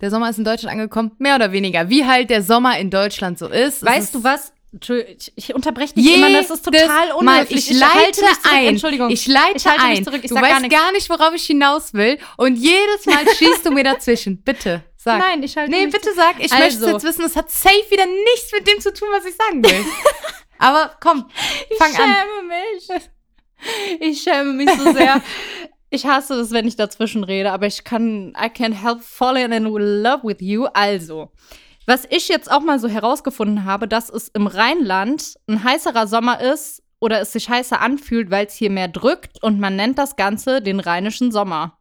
Speaker 2: Der Sommer ist in Deutschland angekommen, mehr oder weniger. Wie halt der Sommer in Deutschland so ist. Es
Speaker 1: Weißt
Speaker 2: ist,
Speaker 1: du was? Entschuldigung, ich, ich unterbreche dich immer, das ist total unhöflich.
Speaker 2: Ich leite
Speaker 1: mich zurück.
Speaker 2: ein.
Speaker 1: Entschuldigung.
Speaker 2: Ich leite
Speaker 1: Ich halte mich
Speaker 2: ein.
Speaker 1: zurück, ich
Speaker 2: du
Speaker 1: sag
Speaker 2: weißt
Speaker 1: gar nichts.
Speaker 2: worauf ich hinaus will. Und jedes Mal schießt du mir dazwischen. Bitte, sag.
Speaker 1: Nein, ich halte
Speaker 2: Nee,
Speaker 1: mich
Speaker 2: bitte sag. Ich
Speaker 1: Also.
Speaker 2: möchte es jetzt wissen. Es hat safe wieder nichts mit dem zu tun, was ich sagen
Speaker 1: (laughs)
Speaker 2: will. Aber komm, fang
Speaker 1: ich
Speaker 2: an.
Speaker 1: schäme mich. Ich schäme mich so sehr. Ich hasse das, wenn ich dazwischen rede, aber ich kann, I can't help falling in love with you. Also, was ich jetzt auch mal so herausgefunden habe, dass es im Rheinland ein heißerer Sommer ist oder es sich heißer anfühlt, weil es hier mehr drückt und man nennt das Ganze den rheinischen Sommer.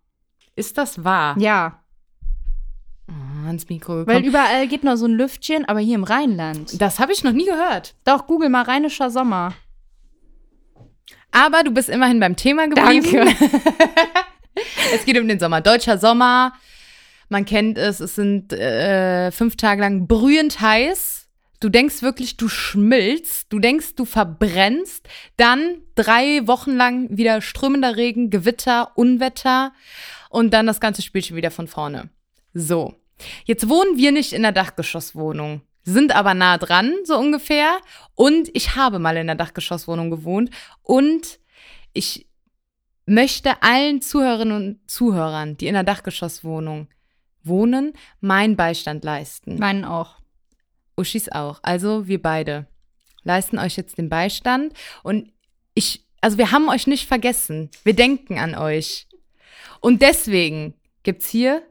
Speaker 2: Ist das wahr?
Speaker 1: Ja,
Speaker 2: Oh, ans Mikro gekommen.
Speaker 1: weil überall geht nur so ein Lüftchen, aber hier im Rheinland.
Speaker 2: das habe ich noch nie gehört.
Speaker 1: Doch, google mal rheinischer Sommer.
Speaker 2: Aber du bist immerhin beim Thema geblieben. (laughs) Es geht um den Sommer. Deutscher Sommer. Man kennt es, es sind äh, fünf Tage lang brühend heiß. Du denkst wirklich, du schmilzt. Du denkst, du verbrennst. Dann drei Wochen lang wieder strömender Regen, Gewitter, Unwetter. Und dann das ganze Spielchen wieder von vorne. So. Jetzt wohnen wir nicht in der Dachgeschosswohnung, sind aber nah dran, so ungefähr. Und ich habe mal in der Dachgeschosswohnung gewohnt. Und ich möchte allen Zuhörerinnen und Zuhörern, die in der Dachgeschosswohnung wohnen, meinen Beistand leisten.
Speaker 1: Meinen auch.
Speaker 2: Uschis auch. Also wir beide leisten euch jetzt den Beistand. Und ich, also wir haben euch nicht vergessen. Wir denken an euch. Und deswegen gibt's hier.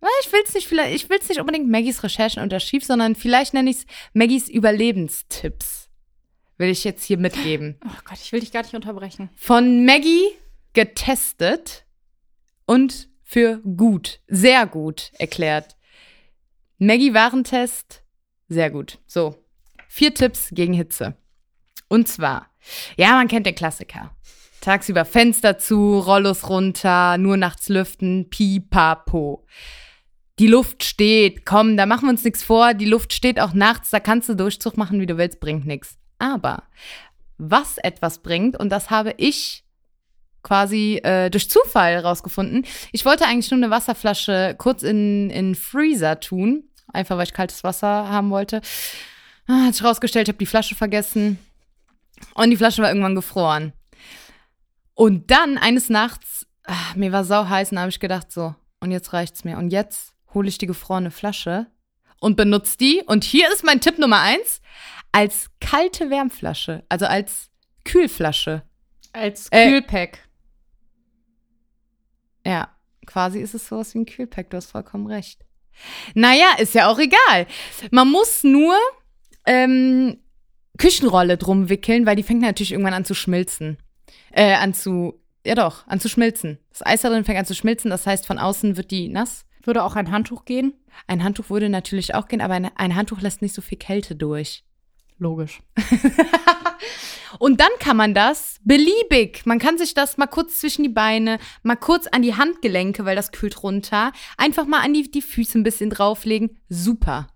Speaker 2: na, Ich will's nicht, vielleicht, ich will's nicht unbedingt Maggies Recherchen unterschief, sondern vielleicht nenne ich's Maggies Überlebenstipps. Will ich jetzt hier mitgeben.
Speaker 1: Oh Gott, ich will dich gar nicht unterbrechen.
Speaker 2: Von Maggie getestet und für gut, sehr gut erklärt. Maggie Warentest, sehr gut. So, vier Tipps gegen Hitze. Und zwar, ja, man kennt den Klassiker. Tagsüber Fenster zu, Rollos runter, nur nachts lüften, pipapo. Die Luft steht, komm, da machen wir uns nichts vor, die Luft steht auch nachts, da kannst du Durchzug machen, wie du willst, bringt nichts. Aber was etwas bringt. Und das habe ich quasi äh, durch Zufall rausgefunden. Ich wollte eigentlich nur eine Wasserflasche kurz in in Freezer tun, einfach weil ich kaltes Wasser haben wollte. Ah, Hat sich rausgestellt, habe die Flasche vergessen und die Flasche war irgendwann gefroren. Und dann eines Nachts, ah, mir war sau heiß, und habe ich gedacht so, und jetzt reicht's mir. Und jetzt hole ich die gefrorene Flasche und benutze die. Und hier ist mein Tipp Nummer eins: als kalte Wärmflasche, also als Kühlflasche.
Speaker 1: Als
Speaker 2: Äh,
Speaker 1: Kühlpack.
Speaker 2: Ja, quasi ist es sowas wie ein Kühlpack, du hast vollkommen recht. Naja, ist ja auch egal. Man muss nur ähm, Küchenrolle drum wickeln, weil die fängt natürlich irgendwann an zu schmilzen. Äh, an zu, ja doch, an zu schmilzen. Das Eis da drin fängt an zu schmilzen, das heißt, von außen wird die nass.
Speaker 1: Würde auch ein Handtuch gehen?
Speaker 2: Ein Handtuch würde natürlich auch gehen, aber ein, ein Handtuch lässt nicht so viel Kälte durch.
Speaker 1: Logisch.
Speaker 2: Und dann kann man das beliebig, man kann sich das mal kurz zwischen die Beine, mal kurz an die Handgelenke, weil das kühlt runter, einfach mal an die, die Füße ein bisschen drauflegen. Super.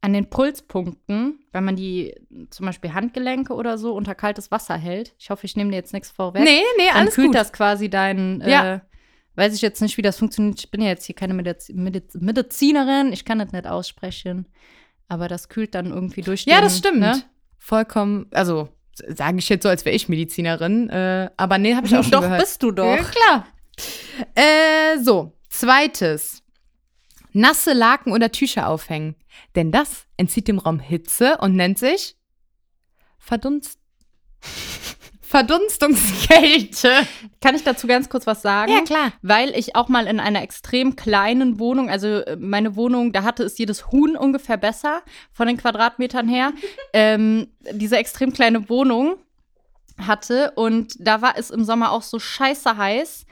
Speaker 1: An den Pulspunkten, wenn man die zum Beispiel Handgelenke oder so unter kaltes Wasser hält. Ich hoffe, ich nehme dir jetzt nichts vorweg.
Speaker 2: Nee, nee,
Speaker 1: dann
Speaker 2: alles
Speaker 1: kühlt
Speaker 2: gut.
Speaker 1: das quasi dein. Äh,
Speaker 2: Ja.
Speaker 1: weiß ich jetzt nicht, wie das funktioniert. Ich bin ja jetzt hier keine Mediz Mediz Medizinerin. Ich kann das nicht aussprechen. Aber das kühlt dann irgendwie durch
Speaker 2: ja,
Speaker 1: den,
Speaker 2: das stimmt.
Speaker 1: Ne?
Speaker 2: Vollkommen, also sage ich jetzt so, als wäre ich Medizinerin, äh, aber nee, (laughs) habe ich auch schon
Speaker 1: doch,
Speaker 2: gehört. Hm?
Speaker 1: bist du doch.
Speaker 2: Ja, klar. Äh, so, zweites. Nasse Laken oder Tücher aufhängen. Denn das entzieht dem Raum Hitze und nennt sich Verdunst. (laughs) Verdunstungskälte.
Speaker 1: Kann ich dazu ganz kurz was sagen?
Speaker 2: klar.
Speaker 1: weil ich auch mal in einer extrem kleinen Wohnung, also äh, meine Wohnung, da hatte es jedes Huhn ungefähr besser von den Quadratmetern her, ähm, diese extrem kleine Wohnung hatte und da war es im Sommer auch so scheiße heiß.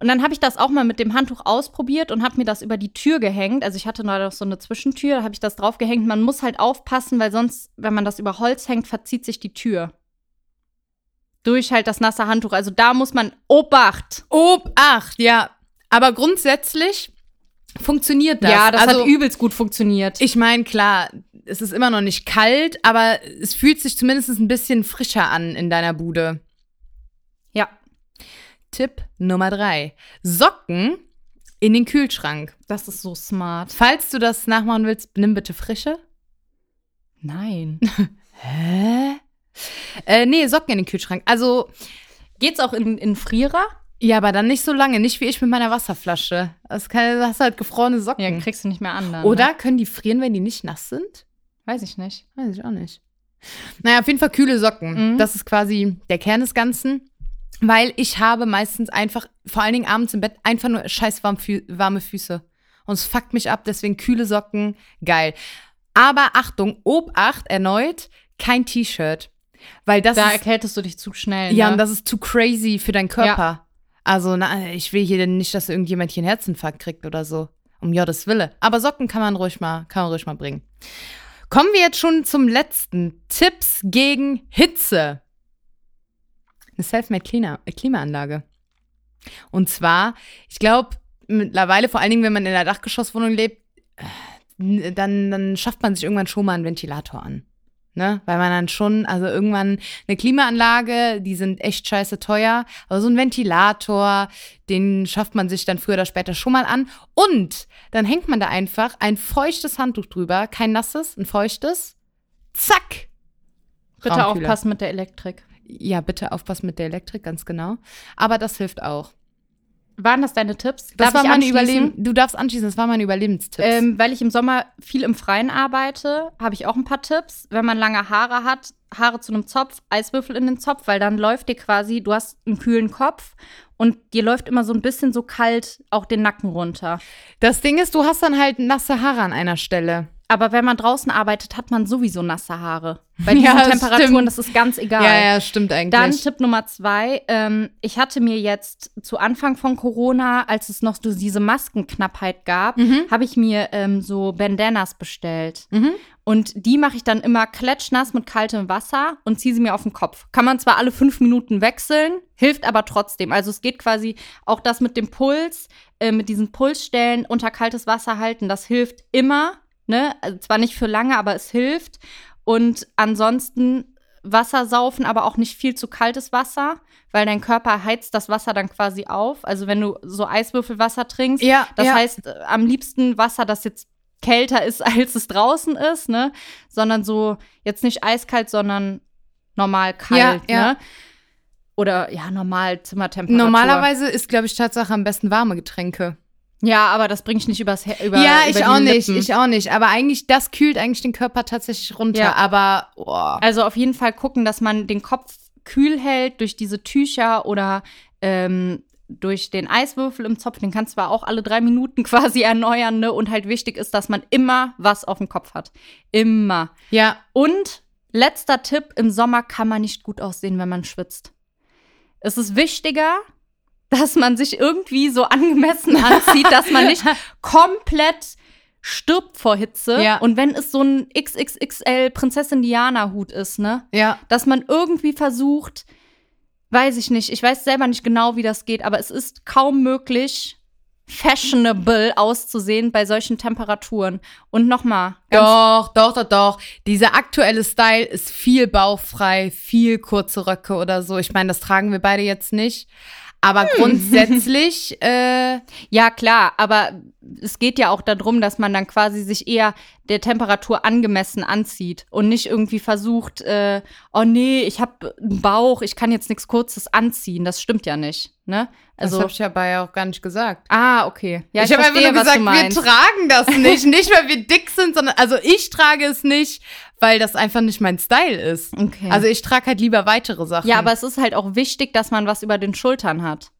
Speaker 1: Und dann habe ich das auch mal mit dem Handtuch ausprobiert und habe mir das über die Tür gehängt. Also ich hatte nur noch so eine Zwischentür, da habe ich das drauf gehängt. Man muss halt aufpassen, weil sonst, wenn man das über Holz hängt, verzieht sich die Tür. Durch halt das nasse Handtuch. Also da muss man Obacht.
Speaker 2: Obacht, ja. Aber grundsätzlich funktioniert das.
Speaker 1: Ja, das
Speaker 2: also,
Speaker 1: hat übelst gut funktioniert.
Speaker 2: Ich meine, klar, es ist immer noch nicht kalt, aber es fühlt sich zumindest ein bisschen frischer an in deiner Bude.
Speaker 1: ja,
Speaker 2: Tipp Nummer drei. Socken in den Kühlschrank.
Speaker 1: das ist so smart.
Speaker 2: (laughs) Falls du das nachmachen willst, nimm bitte frische.
Speaker 1: Nein.
Speaker 2: Hä? Äh, nee, Socken in den Kühlschrank. Also,
Speaker 1: Geht's auch in, in Frierer?
Speaker 2: ja, aber dann nicht so lange. Nicht wie ich mit meiner Wasserflasche. Das kann, hast halt gefrorene Socken.
Speaker 1: Ja, kriegst du nicht mehr an. Dann,
Speaker 2: Oder
Speaker 1: Ne?
Speaker 2: können die frieren, wenn die nicht nass sind?
Speaker 1: Weiß ich nicht.
Speaker 2: Weiß ich auch nicht. Naja, auf jeden Fall kühle Socken.
Speaker 1: Mhm.
Speaker 2: Das ist quasi der Kern des Ganzen. Weil ich habe meistens einfach, vor allen Dingen abends im Bett, einfach nur scheiß warm, Fü- warme Füße. Und es fuckt mich ab, deswegen kühle Socken, geil. Aber Achtung, Obacht erneut, kein T-Shirt. Weil das
Speaker 1: Da
Speaker 2: ist,
Speaker 1: erkältest du dich zu schnell.
Speaker 2: ja,
Speaker 1: ne?
Speaker 2: und das ist zu crazy für deinen Körper. Also, na, ich will hier denn nicht, dass irgendjemand hier einen Herzinfarkt kriegt oder so. Um Gottes Wille. Aber Socken kann man ruhig mal, kann man ruhig mal bringen. Kommen wir jetzt schon zum letzten. Tipps gegen Hitze. Eine Selfmade Klima Klimaanlage. Und zwar, ich glaube, mittlerweile, vor allen Dingen, wenn man in einer Dachgeschosswohnung lebt, äh, dann, dann schafft man sich irgendwann schon mal einen Ventilator an. Ne? Weil man dann schon, also irgendwann eine Klimaanlage, die sind echt scheiße teuer, aber so ein Ventilator, den schafft man sich dann früher oder später schon mal an. Und dann hängt man da einfach ein feuchtes Handtuch drüber, kein nasses, ein feuchtes. Zack!
Speaker 1: Bitte
Speaker 2: Raumkühler.
Speaker 1: aufpassen mit der Elektrik.
Speaker 2: Ja, bitte aufpassen mit der Elektrik, ganz genau. Aber das hilft auch.
Speaker 1: Waren das deine Tipps?
Speaker 2: Das
Speaker 1: Darf
Speaker 2: war
Speaker 1: ich
Speaker 2: mein
Speaker 1: anschließen?
Speaker 2: Überleben. Du darfst anschließen, das war mein Überlebenstipp.
Speaker 1: Ähm, weil ich im Sommer viel im Freien arbeite, habe ich auch ein paar Tipps. Wenn man lange Haare hat, Haare zu einem Zopf, Eiswürfel in den Zopf, weil dann läuft dir quasi, du hast einen kühlen Kopf und dir läuft immer so ein bisschen so kalt auch den Nacken runter.
Speaker 2: das Ding ist, du hast dann halt nasse Haare an einer Stelle.
Speaker 1: Aber wenn man draußen arbeitet, hat man sowieso nasse Haare. Bei diesen
Speaker 2: (laughs) Ja, das
Speaker 1: Temperaturen,
Speaker 2: stimmt.
Speaker 1: das ist ganz egal.
Speaker 2: Ja, ja, stimmt eigentlich.
Speaker 1: Dann Tipp Nummer zwei. Ähm, ich hatte mir jetzt zu Anfang von Corona, als es noch so diese Maskenknappheit gab,
Speaker 2: Mhm.
Speaker 1: habe ich mir ähm, so Bandanas bestellt. Und die mache ich dann immer klatschnass mit kaltem Wasser und ziehe sie mir auf den Kopf. Kann man zwar alle fünf Minuten wechseln, hilft aber trotzdem. Also es geht quasi auch das mit dem Puls, äh, mit diesen Pulsstellen unter kaltes Wasser halten. Das hilft immer. Ne? Also zwar nicht für lange, aber es hilft. Und ansonsten Wasser saufen, aber auch nicht viel zu kaltes Wasser, weil dein Körper heizt das Wasser dann quasi auf. Also wenn du so Eiswürfelwasser trinkst,
Speaker 2: Ja,
Speaker 1: das
Speaker 2: ja.
Speaker 1: heißt äh, am liebsten Wasser, das jetzt kälter ist, (laughs) als es draußen ist, ne? Sondern so jetzt nicht eiskalt, sondern normal kalt,
Speaker 2: Ja, ja.
Speaker 1: ne? Oder ja, normal Zimmertemperatur.
Speaker 2: Normalerweise ist, glaube ich, Tatsache am besten warme Getränke.
Speaker 1: Ja, aber das bringe ich nicht übers Her über
Speaker 2: ja,
Speaker 1: über
Speaker 2: ich
Speaker 1: die
Speaker 2: auch nicht,
Speaker 1: Lippen.
Speaker 2: ich auch nicht. Aber eigentlich, das kühlt eigentlich den Körper tatsächlich runter.
Speaker 1: Ja.
Speaker 2: Aber, oh.
Speaker 1: Also auf jeden Fall gucken, dass man den Kopf kühl hält durch diese Tücher oder ähm, durch den Eiswürfel im Zopf. Den kannst du zwar auch alle drei Minuten (laughs) quasi erneuern, ne? Und halt wichtig ist, dass man immer was auf dem Kopf hat. Immer.
Speaker 2: ja,
Speaker 1: Und letzter Tipp: Im Sommer kann man nicht gut aussehen, wenn man schwitzt. Es ist wichtiger, dass man sich irgendwie so angemessen anzieht, dass man nicht komplett stirbt vor Hitze.
Speaker 2: Ja.
Speaker 1: Und wenn es so ein XXXL Prinzessin Diana Hut ist, ne?
Speaker 2: ja.
Speaker 1: Dass man irgendwie versucht, weiß ich nicht, ich weiß selber nicht genau, wie das geht, aber es ist kaum möglich, fashionable auszusehen bei solchen Temperaturen. Und nochmal,
Speaker 2: Doch, doch, doch, doch. Dieser aktuelle Style ist viel bauchfrei, viel kurze Röcke oder so. Ich meine, das tragen wir beide jetzt nicht. Aber (laughs) grundsätzlich, äh,
Speaker 1: Ja, klar, aber es geht ja auch darum, dass man dann quasi sich eher der Temperatur angemessen anzieht und nicht irgendwie versucht, äh, oh nee, ich habe einen Bauch, ich kann jetzt nichts Kurzes anziehen. Das stimmt ja nicht, ne?
Speaker 2: also, das
Speaker 1: Also
Speaker 2: habe ich dabei ja auch gar nicht gesagt.
Speaker 1: ah, okay. Ja, ich,
Speaker 2: ich habe einfach
Speaker 1: verstehe,
Speaker 2: nur
Speaker 1: was
Speaker 2: gesagt,
Speaker 1: du
Speaker 2: wir
Speaker 1: meinst.
Speaker 2: tragen das (laughs) nicht. nicht, weil wir dick sind, sondern, also ich trage es nicht, weil das einfach nicht mein Style ist.
Speaker 1: Okay.
Speaker 2: Also ich trage halt lieber weitere Sachen.
Speaker 1: ja, aber es ist halt auch wichtig, dass man was über den Schultern hat.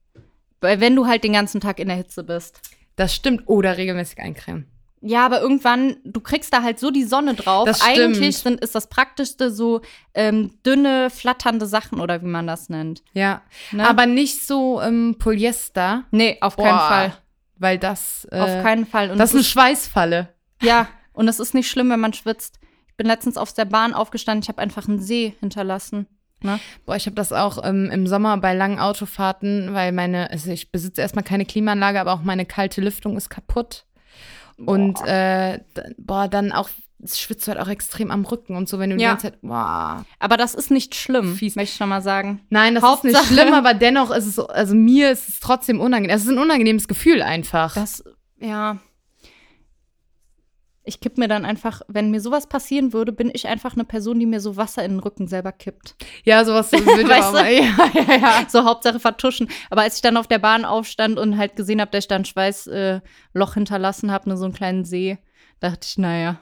Speaker 1: Weil wenn du halt den ganzen Tag in der Hitze bist.
Speaker 2: Das stimmt. Oder regelmäßig eincremen.
Speaker 1: Ja, aber irgendwann, du kriegst da halt so die Sonne drauf.
Speaker 2: Das stimmt.
Speaker 1: Eigentlich sind, ist das Praktischste so ähm, dünne, flatternde Sachen oder wie man das nennt.
Speaker 2: Ja.
Speaker 1: Ne?
Speaker 2: Aber nicht so ähm, Polyester.
Speaker 1: Nee, auf keinen
Speaker 2: Boah,
Speaker 1: Fall.
Speaker 2: Weil das. Äh,
Speaker 1: auf keinen Fall. Und
Speaker 2: Das ist
Speaker 1: es
Speaker 2: eine Schweißfalle.
Speaker 1: ja, und es ist nicht schlimm, wenn man schwitzt. Ich bin letztens auf der Bahn aufgestanden, ich habe einfach einen See hinterlassen. Ne?
Speaker 2: Boah, ich habe das auch ähm, im Sommer bei langen Autofahrten, weil meine, also ich besitze erstmal keine Klimaanlage, aber auch meine kalte Lüftung ist kaputt. Und äh, d- boah, dann auch es schwitzt du halt auch extrem am Rücken und so, wenn du die
Speaker 1: Ja.
Speaker 2: ganze Zeit, boah.
Speaker 1: Aber das ist nicht schlimm,
Speaker 2: Fies.
Speaker 1: möchte ich schon mal sagen.
Speaker 2: Nein, das ist nicht
Speaker 1: Hauptsache-
Speaker 2: schlimm, aber dennoch ist es, so- also mir ist es trotzdem unangenehm. Es ist ein unangenehmes Gefühl einfach.
Speaker 1: Das, ja. Ich kipp mir dann einfach, wenn mir sowas passieren würde, bin ich einfach eine Person, die mir so Wasser in den Rücken selber kippt. (laughs)
Speaker 2: Ja, sowas will ich
Speaker 1: Weißt
Speaker 2: auch
Speaker 1: du?
Speaker 2: mal. (laughs) Ja, ja, ja.
Speaker 1: (laughs) So Hauptsache vertuschen. Aber als ich dann auf der Bahn aufstand und halt gesehen habe, dass ich da ein Schweißloch äh, Loch hinterlassen habe, nur so einen kleinen See, dachte ich, naja,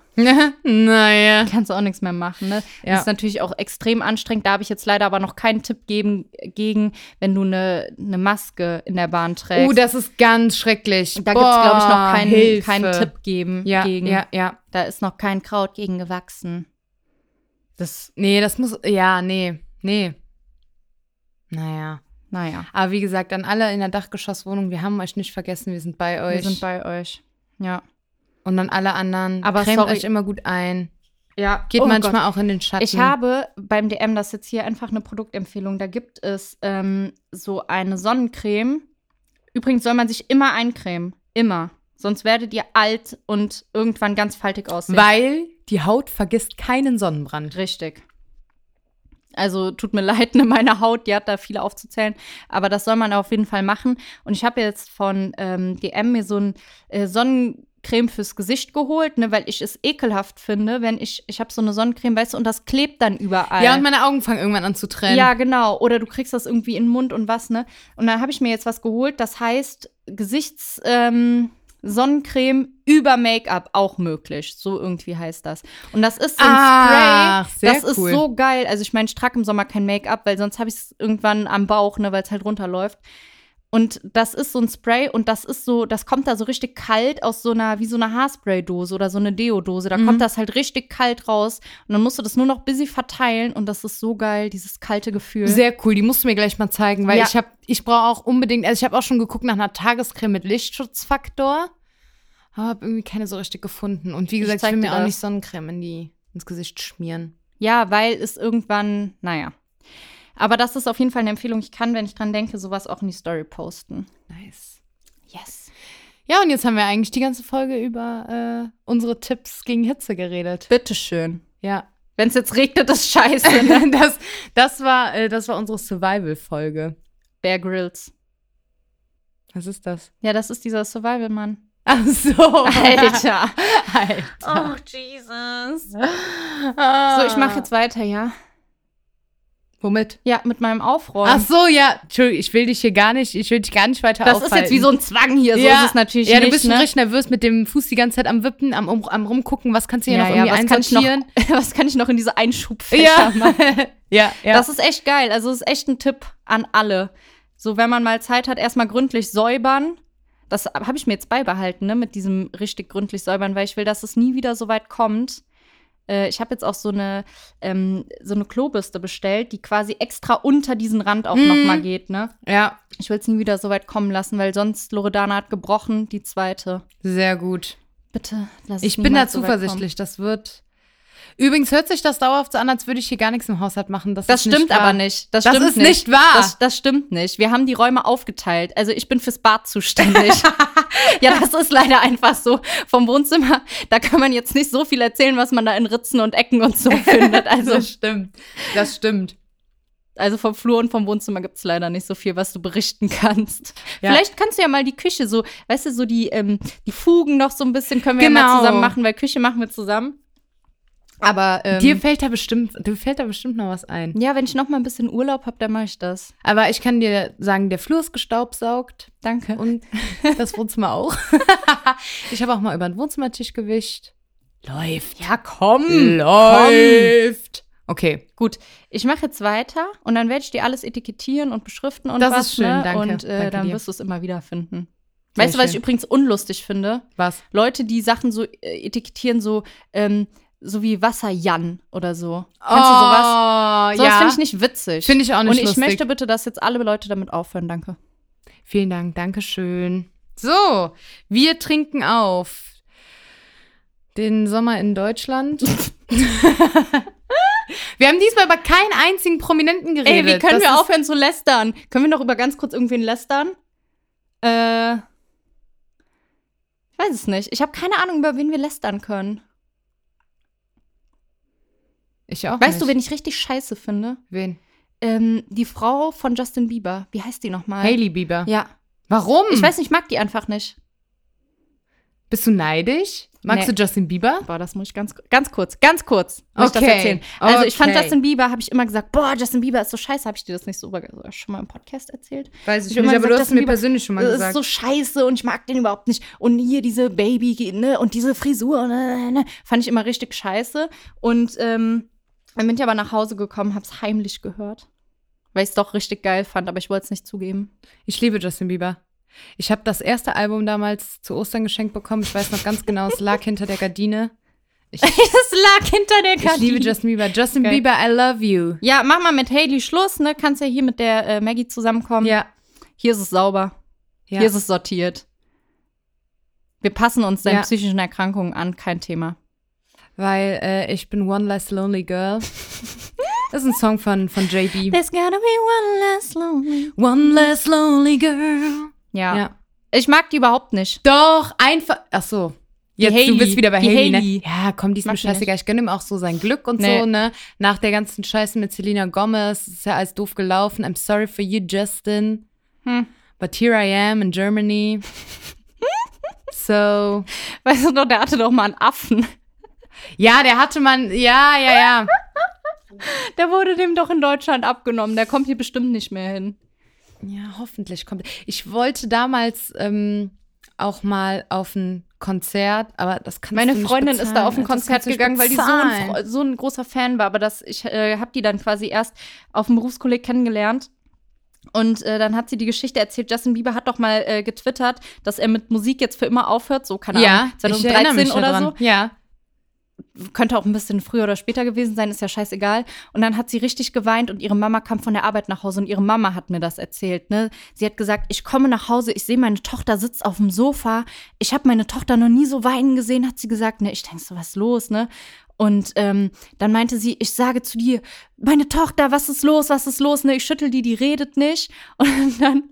Speaker 2: naja.
Speaker 1: (laughs) kannst du auch nichts mehr machen. Ne?
Speaker 2: Ja.
Speaker 1: Das ist natürlich auch extrem anstrengend. Da habe ich jetzt leider aber noch keinen Tipp geben, gegen, wenn du eine eine Maske in der Bahn trägst.
Speaker 2: Oh, das ist ganz schrecklich.
Speaker 1: da gibt es, glaube ich, noch keinen,
Speaker 2: Hilfe.
Speaker 1: keinen Tipp geben
Speaker 2: Ja,
Speaker 1: gegen.
Speaker 2: ja, ja.
Speaker 1: Da ist noch kein Kraut gegen gewachsen. Das,
Speaker 2: Nee, das muss. Ja, nee, nee. Naja.
Speaker 1: naja,
Speaker 2: Aber wie gesagt, an alle in der Dachgeschosswohnung, wir haben euch nicht vergessen, wir sind bei euch.
Speaker 1: wir sind bei euch. Ja.
Speaker 2: Und an alle anderen,
Speaker 1: Aber
Speaker 2: cremt
Speaker 1: sorry.
Speaker 2: euch immer gut ein.
Speaker 1: Ja,
Speaker 2: Geht manchmal auch in den Schatten.
Speaker 1: Ich habe beim DM, das ist jetzt hier einfach eine Produktempfehlung, da gibt es ähm, so eine Sonnencreme. Übrigens soll man sich immer eincremen. Immer. Sonst werdet ihr alt und irgendwann ganz faltig aussehen.
Speaker 2: Weil die Haut vergisst keinen Sonnenbrand.
Speaker 1: Richtig. Also tut mir (laughs) leid, ne, meine Haut, die hat da viele aufzuzählen, aber das soll man auf jeden Fall machen. Und ich habe jetzt von ähm, DM mir so ein äh, Sonnencreme fürs Gesicht geholt, ne, weil ich es ekelhaft finde, wenn ich, ich habe so eine Sonnencreme, weißt du, und das klebt dann überall.
Speaker 2: Ja, und meine Augen fangen irgendwann an zu trennen.
Speaker 1: Ja, genau. Oder du kriegst das irgendwie in den Mund und was, ne? Und dann habe ich mir jetzt was geholt, das heißt Gesichts. Ähm, Sonnencreme über Make-up auch möglich. So irgendwie heißt das. Und das ist so ein
Speaker 2: Ach,
Speaker 1: Spray.
Speaker 2: sehr
Speaker 1: das ist
Speaker 2: cool.
Speaker 1: so geil. Also ich meine, ich trage im Sommer kein Make-up, weil sonst habe ich es irgendwann am Bauch, ne, weil es halt runterläuft. Und das ist so ein Spray und das ist so, das kommt da so richtig kalt aus so einer, wie so einer Haarspraydose oder so eine Deodose. Da kommt das halt richtig kalt raus und dann musst du das nur noch busy verteilen und das ist so geil, dieses kalte Gefühl.
Speaker 2: Sehr cool, die musst du mir gleich mal zeigen, weil
Speaker 1: Ja.
Speaker 2: ich habe, ich brauche auch unbedingt, also ich habe auch schon geguckt nach einer Tagescreme mit Lichtschutzfaktor, aber habe irgendwie keine so richtig gefunden. Und wie gesagt, ich,
Speaker 1: zeig
Speaker 2: will
Speaker 1: dir
Speaker 2: mir auch
Speaker 1: das.
Speaker 2: nicht Sonnencreme in die, ins Gesicht schmieren.
Speaker 1: ja, weil es irgendwann, naja. Aber das ist auf jeden Fall eine Empfehlung. Ich kann, wenn ich dran denke, sowas auch in die Story posten.
Speaker 2: Nice.
Speaker 1: Yes.
Speaker 2: Ja, und jetzt haben wir eigentlich die ganze Folge über äh, unsere Tipps gegen Hitze geredet.
Speaker 1: Bitteschön.
Speaker 2: Ja. (laughs)
Speaker 1: Wenn es jetzt regnet, ist scheiße. (laughs) Ne?
Speaker 2: das, das, war, äh, das war unsere Survival-Folge.
Speaker 1: Bear Grylls.
Speaker 2: Was ist das?
Speaker 1: Ja, das ist dieser Survival-Mann.
Speaker 2: Ach
Speaker 1: (laughs)
Speaker 2: so.
Speaker 1: Alter.
Speaker 2: (laughs) Alter.
Speaker 1: Oh, Jesus. So,
Speaker 2: So,
Speaker 1: ich mache jetzt weiter, ja?
Speaker 2: Womit?
Speaker 1: Ja, mit meinem Aufräumen.
Speaker 2: Ach so, ja. Entschuldigung, ich will dich hier gar nicht, ich will dich gar nicht weiter
Speaker 1: Das
Speaker 2: aufhalten.
Speaker 1: ist jetzt wie so ein Zwang hier. So
Speaker 2: ja.
Speaker 1: ist es natürlich
Speaker 2: Ja,
Speaker 1: nicht.
Speaker 2: du bist schon
Speaker 1: ne?
Speaker 2: richtig nervös mit dem Fuß die ganze Zeit am Wippen, am, um, am Rumgucken. Was kannst du hier
Speaker 1: ja,
Speaker 2: noch
Speaker 1: ja,
Speaker 2: irgendwie
Speaker 1: was kann, ich noch,
Speaker 2: einsortieren? (laughs)
Speaker 1: (laughs) was kann ich noch in diese Einschubfächer
Speaker 2: Ja.
Speaker 1: machen?
Speaker 2: ja, (laughs) ja.
Speaker 1: Das ist echt geil. Also, es ist echt ein Tipp an alle. So, wenn man mal Zeit hat, erstmal gründlich säubern. Das habe ich mir jetzt beibehalten, ne, mit diesem richtig gründlich säubern, weil ich will, dass es nie wieder so weit kommt. Äh, Ich habe jetzt auch so eine, ähm, so eine Klobürste bestellt, die quasi extra unter diesen Rand auch
Speaker 2: Mhm.
Speaker 1: nochmal geht, ne?
Speaker 2: ja,
Speaker 1: Ich will es nie wieder so weit kommen lassen, weil sonst Loredana hat gebrochen, die zweite.
Speaker 2: sehr gut.
Speaker 1: Bitte lass es
Speaker 2: Ich bin da
Speaker 1: niemals so weit
Speaker 2: zuversichtlich, das wird. Übrigens hört sich das dauerhaft so an, als würde ich hier gar nichts im Haushalt machen. Das,
Speaker 1: kommen. Das
Speaker 2: ist
Speaker 1: stimmt
Speaker 2: nicht wahr.
Speaker 1: aber nicht. Das,
Speaker 2: Das
Speaker 1: stimmt
Speaker 2: ist nicht wahr. (laughs)
Speaker 1: Das, das stimmt nicht. Wir haben die Räume aufgeteilt. Also ich bin fürs Bad (laughs) zuständig. ja, das ist leider einfach so. Vom Wohnzimmer, da kann man jetzt nicht so viel erzählen, was man da in Ritzen und Ecken (laughs) und so findet. Also,
Speaker 2: das stimmt. Das stimmt.
Speaker 1: also vom Flur und vom Wohnzimmer gibt es leider nicht so viel, was du berichten kannst.
Speaker 2: Ja.
Speaker 1: Vielleicht kannst du ja mal die Küche so, weißt du, so die, ähm, die Fugen noch so ein bisschen können wir ja mal
Speaker 2: Genau.
Speaker 1: zusammen machen, weil Küche machen wir zusammen. Aber ähm,
Speaker 2: dir fällt da bestimmt, dir fällt da bestimmt noch was ein.
Speaker 1: ja, wenn ich noch mal ein bisschen Urlaub habe, dann mache ich das.
Speaker 2: Aber ich kann dir sagen, der Flur ist gestaubsaugt
Speaker 1: Danke.
Speaker 2: (laughs) und das Wohnzimmer auch. (laughs) ich habe auch mal über den Wohnzimmertisch gewischt. Läuft.
Speaker 1: Ja, komm.
Speaker 2: Läuft. Okay.
Speaker 1: Gut, ich mache jetzt weiter und dann werde ich dir alles etikettieren und beschriften und
Speaker 2: Das
Speaker 1: was.
Speaker 2: ist schön,
Speaker 1: ne?
Speaker 2: danke,
Speaker 1: Und äh,
Speaker 2: danke
Speaker 1: dann
Speaker 2: dir.
Speaker 1: wirst du es immer wieder finden.
Speaker 2: Sehr
Speaker 1: weißt du, was ich
Speaker 2: schön.
Speaker 1: übrigens unlustig finde?
Speaker 2: Was?
Speaker 1: Leute, die Sachen so äh, etikettieren, so, ähm, so wie Wasserjan oder so. Kennst du
Speaker 2: Oh.
Speaker 1: sowas?
Speaker 2: sowas?
Speaker 1: Sowas
Speaker 2: ja.
Speaker 1: finde ich nicht witzig.
Speaker 2: Finde ich auch nicht
Speaker 1: Und ich
Speaker 2: lustig.
Speaker 1: möchte bitte, dass jetzt alle Leute damit aufhören, danke.
Speaker 2: Vielen Dank, Dankeschön. So, wir trinken auf den Sommer in (laughs) Deutschland. wir haben diesmal über keinen einzigen Prominenten geredet.
Speaker 1: Ey, wie können
Speaker 2: das
Speaker 1: wir
Speaker 2: ist-
Speaker 1: aufhören zu lästern? Können wir noch über ganz kurz irgendwen lästern? Äh. Ich weiß es nicht. Ich habe keine Ahnung, über wen wir lästern können.
Speaker 2: Ich auch.
Speaker 1: Weißt du,
Speaker 2: nicht.
Speaker 1: wen ich richtig scheiße finde?
Speaker 2: wen?
Speaker 1: Ähm, die Frau von Justin Bieber. Wie heißt die nochmal?
Speaker 2: Hailey Bieber.
Speaker 1: Ja.
Speaker 2: Warum?
Speaker 1: Ich weiß nicht, ich mag die einfach nicht.
Speaker 2: Bist du neidisch? Magst
Speaker 1: Nee.
Speaker 2: du Justin Bieber?
Speaker 1: Boah, das muss ich ganz, ganz kurz, ganz kurz muss ich
Speaker 2: Okay,
Speaker 1: das erzählen. Also ich fand
Speaker 2: okay.
Speaker 1: Justin Bieber, habe ich immer gesagt, boah, Justin Bieber ist so scheiße. Habe ich dir das nicht so über, schon mal im Podcast erzählt?
Speaker 2: Weiß ich
Speaker 1: hab
Speaker 2: nicht,
Speaker 1: immer
Speaker 2: aber du
Speaker 1: gesagt,
Speaker 2: hast es mir
Speaker 1: Justin Bieber-
Speaker 2: persönlich schon mal
Speaker 1: Das
Speaker 2: gesagt.
Speaker 1: ist so scheiße und ich mag den überhaupt nicht. Und hier diese Baby, ne, und diese Frisur, ne, ne, fand ich immer richtig scheiße. Und ähm, dann bin ich aber nach Hause gekommen, hab's heimlich gehört. Weil ich es doch richtig geil fand, aber ich wollte es nicht zugeben. (laughs)
Speaker 2: Ich liebe Justin Bieber. Ich habe das erste Album damals zu Ostern geschenkt bekommen. Ich weiß noch ganz genau, es lag hinter der Gardine.
Speaker 1: Es lag hinter der
Speaker 2: Ich liebe
Speaker 1: Gardine.
Speaker 2: Justin Bieber. Justin
Speaker 1: Geil.
Speaker 2: Bieber, I love you.
Speaker 1: Ja, mach mal mit Haley Schluss, ne? Kannst ja hier mit der äh, Maggie zusammenkommen.
Speaker 2: Ja.
Speaker 1: Hier ist es sauber.
Speaker 2: ja.
Speaker 1: Hier ist es sortiert. Wir passen uns deinen
Speaker 2: Ja.
Speaker 1: psychischen Erkrankungen an, kein Thema.
Speaker 2: Weil äh, ich bin One Less
Speaker 1: (laughs)
Speaker 2: Lonely Girl. Das ist ein Song von, von JB.
Speaker 1: There's gotta be one less lonely.
Speaker 2: One Less Lonely Girl.
Speaker 1: Ja.
Speaker 2: Ja.
Speaker 1: Ich mag die überhaupt nicht.
Speaker 2: Doch, einfach. Ach so. Jetzt,
Speaker 1: Hailey,
Speaker 2: du bist wieder bei
Speaker 1: die
Speaker 2: Haley,
Speaker 1: Hailey.
Speaker 2: ne? Ja, komm, die ist
Speaker 1: Mag
Speaker 2: mir
Speaker 1: die nicht.
Speaker 2: scheißegal. Ich gönne ihm auch so sein Glück und
Speaker 1: Nee.
Speaker 2: so, ne? Nach der ganzen Scheiße mit Selena Gomez ist ja alles doof gelaufen. I'm sorry for you, Justin.
Speaker 1: Hm.
Speaker 2: But here I am in Germany. so.
Speaker 1: Weißt du noch, der hatte doch mal einen Affen.
Speaker 2: Ja, der hatte man. Ja, ja, ja.
Speaker 1: Der wurde dem doch in Deutschland abgenommen. Der kommt hier bestimmt nicht mehr hin.
Speaker 2: Ja, hoffentlich kommt. Ich wollte damals ähm, auch mal auf ein Konzert, aber das kannst
Speaker 1: Meine
Speaker 2: du nicht
Speaker 1: Freundin ist da auf ein
Speaker 2: bezahlen. Das
Speaker 1: Konzert
Speaker 2: kannst du nicht
Speaker 1: gegangen, weil die so ein,
Speaker 2: bezahlen.
Speaker 1: Fre- so ein großer Fan war. Aber das, ich äh, habe die dann quasi erst auf dem Berufskolleg kennengelernt. Und äh, dann hat sie die Geschichte erzählt. Justin Bieber hat doch mal äh, getwittert, dass er mit Musik jetzt für immer aufhört. So, keine
Speaker 2: Ja,
Speaker 1: Ahnung,
Speaker 2: ich erinnere
Speaker 1: 2013
Speaker 2: mich
Speaker 1: oder
Speaker 2: daran.
Speaker 1: so.
Speaker 2: Ja.
Speaker 1: könnte auch ein bisschen früher oder später gewesen sein, ist ja scheißegal. Und dann hat sie richtig geweint und ihre Mama kam von der Arbeit nach Hause und ihre Mama hat mir das erzählt. Ne? Sie hat gesagt, ich komme nach Hause, ich sehe meine Tochter sitzt auf dem Sofa. Ich habe meine Tochter noch nie so weinen gesehen, hat sie gesagt. Ne, ich denke so, was ist los, ne? Und ähm, dann meinte sie, ich sage zu dir, meine Tochter, was ist los, was ist los? Ne, ich schüttel die, die redet nicht. (laughs) Und dann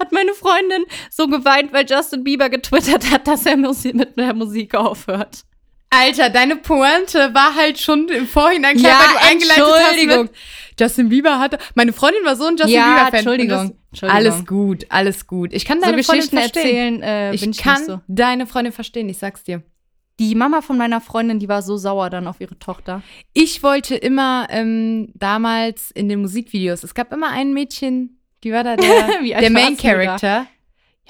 Speaker 1: hat meine Freundin so geweint, weil Justin Bieber getwittert hat, dass er Musi- mit der Musik aufhört.
Speaker 2: Alter, deine Pointe war halt schon im Vorhinein klar,
Speaker 1: Ja,
Speaker 2: weil du eingeleitet hast
Speaker 1: Entschuldigung.
Speaker 2: mit Justin Bieber hatte. Meine Freundin war so ein Justin
Speaker 1: Ja,
Speaker 2: Bieber Fan.
Speaker 1: Entschuldigung, Entschuldigung.
Speaker 2: Alles gut, alles gut. Ich kann
Speaker 1: so
Speaker 2: deine Freundin
Speaker 1: Geschichten
Speaker 2: verstehen.
Speaker 1: erzählen, äh,
Speaker 2: ich
Speaker 1: bin ich
Speaker 2: kann
Speaker 1: nicht so.
Speaker 2: deine Freundin verstehen, ich sag's dir.
Speaker 1: Die Mama von meiner Freundin, die war so sauer dann auf ihre Tochter.
Speaker 2: Ich wollte immer ähm, damals in den Musikvideos, es gab immer ein Mädchen, die
Speaker 1: (laughs)
Speaker 2: war da der,
Speaker 1: (laughs) Wie alt
Speaker 2: der Main
Speaker 1: warst du da?
Speaker 2: Character.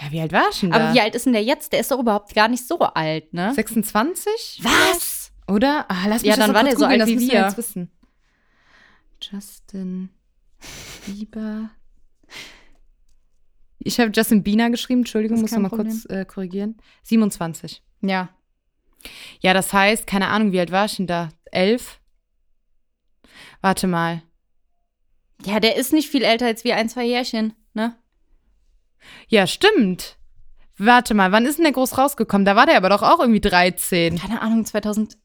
Speaker 2: Ja, wie alt war ich denn da?
Speaker 1: Aber wie alt ist denn der jetzt? Der ist doch überhaupt gar nicht so alt, ne?
Speaker 2: 26?
Speaker 1: Was?
Speaker 2: Oder? Ah, lass mich
Speaker 1: Ja,
Speaker 2: das
Speaker 1: dann
Speaker 2: mal
Speaker 1: war
Speaker 2: kurz
Speaker 1: der so
Speaker 2: googeln,
Speaker 1: alt
Speaker 2: das
Speaker 1: wie
Speaker 2: müssen
Speaker 1: wir.
Speaker 2: jetzt wissen. Justin Bieber. Ich habe Justin Bieber geschrieben, Entschuldigung,
Speaker 1: Ist
Speaker 2: muss noch
Speaker 1: kein
Speaker 2: mal kurz äh, korrigieren. 27.
Speaker 1: Ja.
Speaker 2: Ja, das heißt, keine Ahnung, wie alt war ich denn da? Elf? Warte mal.
Speaker 1: Ja, der ist nicht viel älter als wir ein, zwei Jährchen, ne?
Speaker 2: Ja, stimmt. Warte mal, wann ist denn der groß rausgekommen? Da war der aber doch auch irgendwie 13.
Speaker 1: Keine Ahnung, 2008.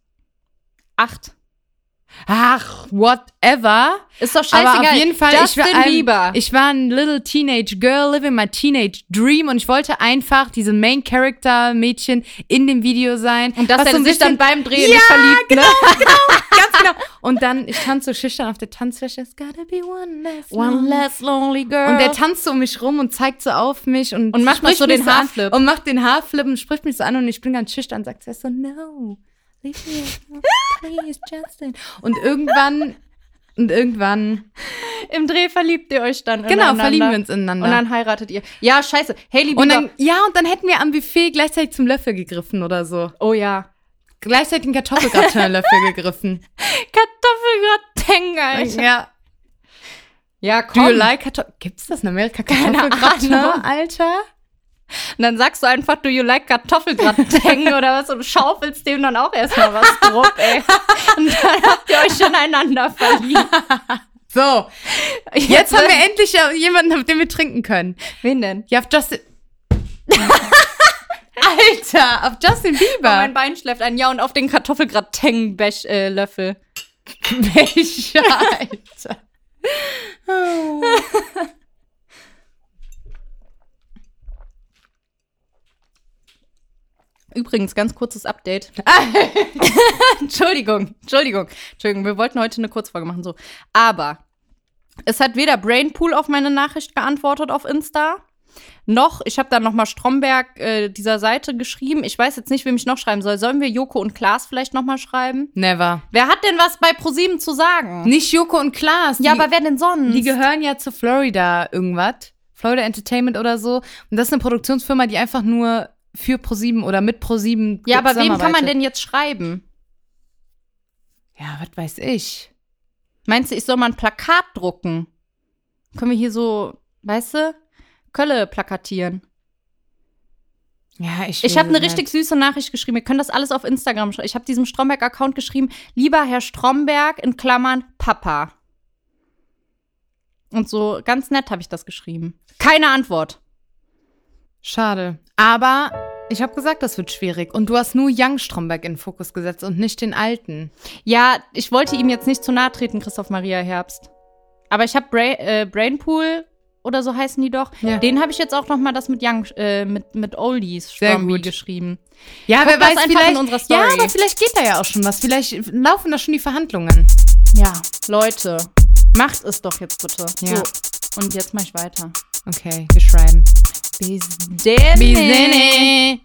Speaker 2: Ach, whatever.
Speaker 1: Ist doch scheißegal.
Speaker 2: Aber auf jeden Fall,
Speaker 1: Justin
Speaker 2: ich, war, ein-
Speaker 1: Bieber.
Speaker 2: ich war ein little teenage girl living my teenage dream und ich wollte einfach diese Main Character Mädchen in dem Video sein.
Speaker 1: und dass
Speaker 2: was
Speaker 1: er
Speaker 2: so ein
Speaker 1: sich dann
Speaker 2: bisschen-
Speaker 1: beim Drehen
Speaker 2: Ja,
Speaker 1: nicht verliebt, ne?
Speaker 2: ganz genau. Und dann ich tanze so schüchtern auf der Tanzfläche. It's gotta be one less. lonely.
Speaker 1: less lonely girl.
Speaker 2: Und der tanzt so um mich rum und zeigt so auf mich und,
Speaker 1: Und macht noch
Speaker 2: spricht
Speaker 1: so
Speaker 2: mich
Speaker 1: den
Speaker 2: an-
Speaker 1: Haarflip.
Speaker 2: Und macht den Haarflip und spricht mich so an und ich bin ganz schüchtern und sagt zuerst so, no, leave me
Speaker 1: (laughs)
Speaker 2: alone, please, Justin. Und irgendwann, und irgendwann
Speaker 1: Im Dreh verliebt ihr euch dann
Speaker 2: Genau,
Speaker 1: ineinander.
Speaker 2: verlieben wir uns ineinander.
Speaker 1: Und dann heiratet ihr. Ja, scheiße. Hailey Bieber.
Speaker 2: Und dann, ja, und dann hätten wir am Buffet gleichzeitig zum Löffel gegriffen oder so.
Speaker 1: oh ja.
Speaker 2: Gleichzeitig
Speaker 1: (laughs)
Speaker 2: einen Kartoffelgratin-Löffel gegriffen.
Speaker 1: Kartoffelgratin, Alter.
Speaker 2: ja.
Speaker 1: Ja,
Speaker 2: Do
Speaker 1: komm.
Speaker 2: you like Kartoffeln? Gibt's das in Amerika?
Speaker 1: Keine
Speaker 2: Kartoffelgratin,
Speaker 1: Ahnung.
Speaker 2: Alter?
Speaker 1: Und dann sagst du einfach, do you like Kartoffelgratin (laughs) oder was und schaufelst dem dann auch erstmal was grob, (laughs) ey. Und dann habt ihr euch ineinander verliebt.
Speaker 2: So, jetzt haben wir endlich ja jemanden, auf den wir trinken können.
Speaker 1: Wen denn?
Speaker 2: Ja, auf
Speaker 1: (laughs)
Speaker 2: Justin. Alter, auf Justin Bieber.
Speaker 1: Oh Mein Bein schläft ein. Ja, und auf den äh, Kartoffelgratin-Löffel.
Speaker 2: (laughs) Welcher, Alter.
Speaker 1: Übrigens, ganz kurzes
Speaker 2: (laughs)
Speaker 1: Update. (laughs) Entschuldigung, Entschuldigung, Entschuldigung. Wir wollten heute eine Kurzfolge machen, so. Aber es hat weder Brainpool auf meine Nachricht geantwortet auf Insta, Noch, ich habe dann noch mal Stromberg äh, dieser Seite geschrieben. Ich weiß jetzt nicht, wem ich noch schreiben soll. Sollen wir Joko und Klaas vielleicht noch mal schreiben?
Speaker 2: Never.
Speaker 1: Wer hat denn was bei ProSieben zu sagen?
Speaker 2: Nicht Joko und Klaas.
Speaker 1: Ja,
Speaker 2: die,
Speaker 1: aber wer denn sonst?
Speaker 2: die gehören ja zu Florida irgendwas. Florida Entertainment oder so. Und das ist eine Produktionsfirma, die einfach nur für ProSieben oder mit ProSieben
Speaker 1: ja, aber wem kann man
Speaker 2: zusammenarbeitet.
Speaker 1: denn jetzt schreiben?
Speaker 2: Ja, was weiß ich.
Speaker 1: Meinst du, ich soll mal ein Plakat drucken? Können wir hier so, weißt du, Kölle plakatieren?
Speaker 2: Ja, ich
Speaker 1: Ich
Speaker 2: weiß
Speaker 1: habe eine
Speaker 2: es nicht.
Speaker 1: richtig süße Nachricht geschrieben. Ihr könnt das alles auf Instagram schreiben. Ich habe diesem Stromberg-Account geschrieben, lieber Herr Stromberg, in Klammern Papa. Und so ganz nett habe ich das geschrieben. Keine Antwort.
Speaker 2: Schade. Aber ich habe gesagt, das wird schwierig. Und du hast nur Young Stromberg in den Fokus gesetzt und nicht den alten.
Speaker 1: Ja, ich wollte ihm jetzt nicht zu nahe treten, Christoph Maria Herbst. Aber ich habe Bra äh, Brainpool oder so heißen die doch.
Speaker 2: Ja.
Speaker 1: Den habe ich jetzt auch noch mal das mit Young, äh, mit, mit Oldies
Speaker 2: Sehr
Speaker 1: Strombi
Speaker 2: gut.
Speaker 1: geschrieben.
Speaker 2: Ja,
Speaker 1: Guck das einfach in unserer Story.
Speaker 2: Ja, aber vielleicht geht da ja auch schon was. Vielleicht laufen da schon die Verhandlungen.
Speaker 1: Ja, Leute, macht es doch jetzt bitte.
Speaker 2: Ja.
Speaker 1: So, und jetzt mache ich weiter.
Speaker 2: Okay, wir schreiben.
Speaker 1: Bis denn.
Speaker 2: Bis dann.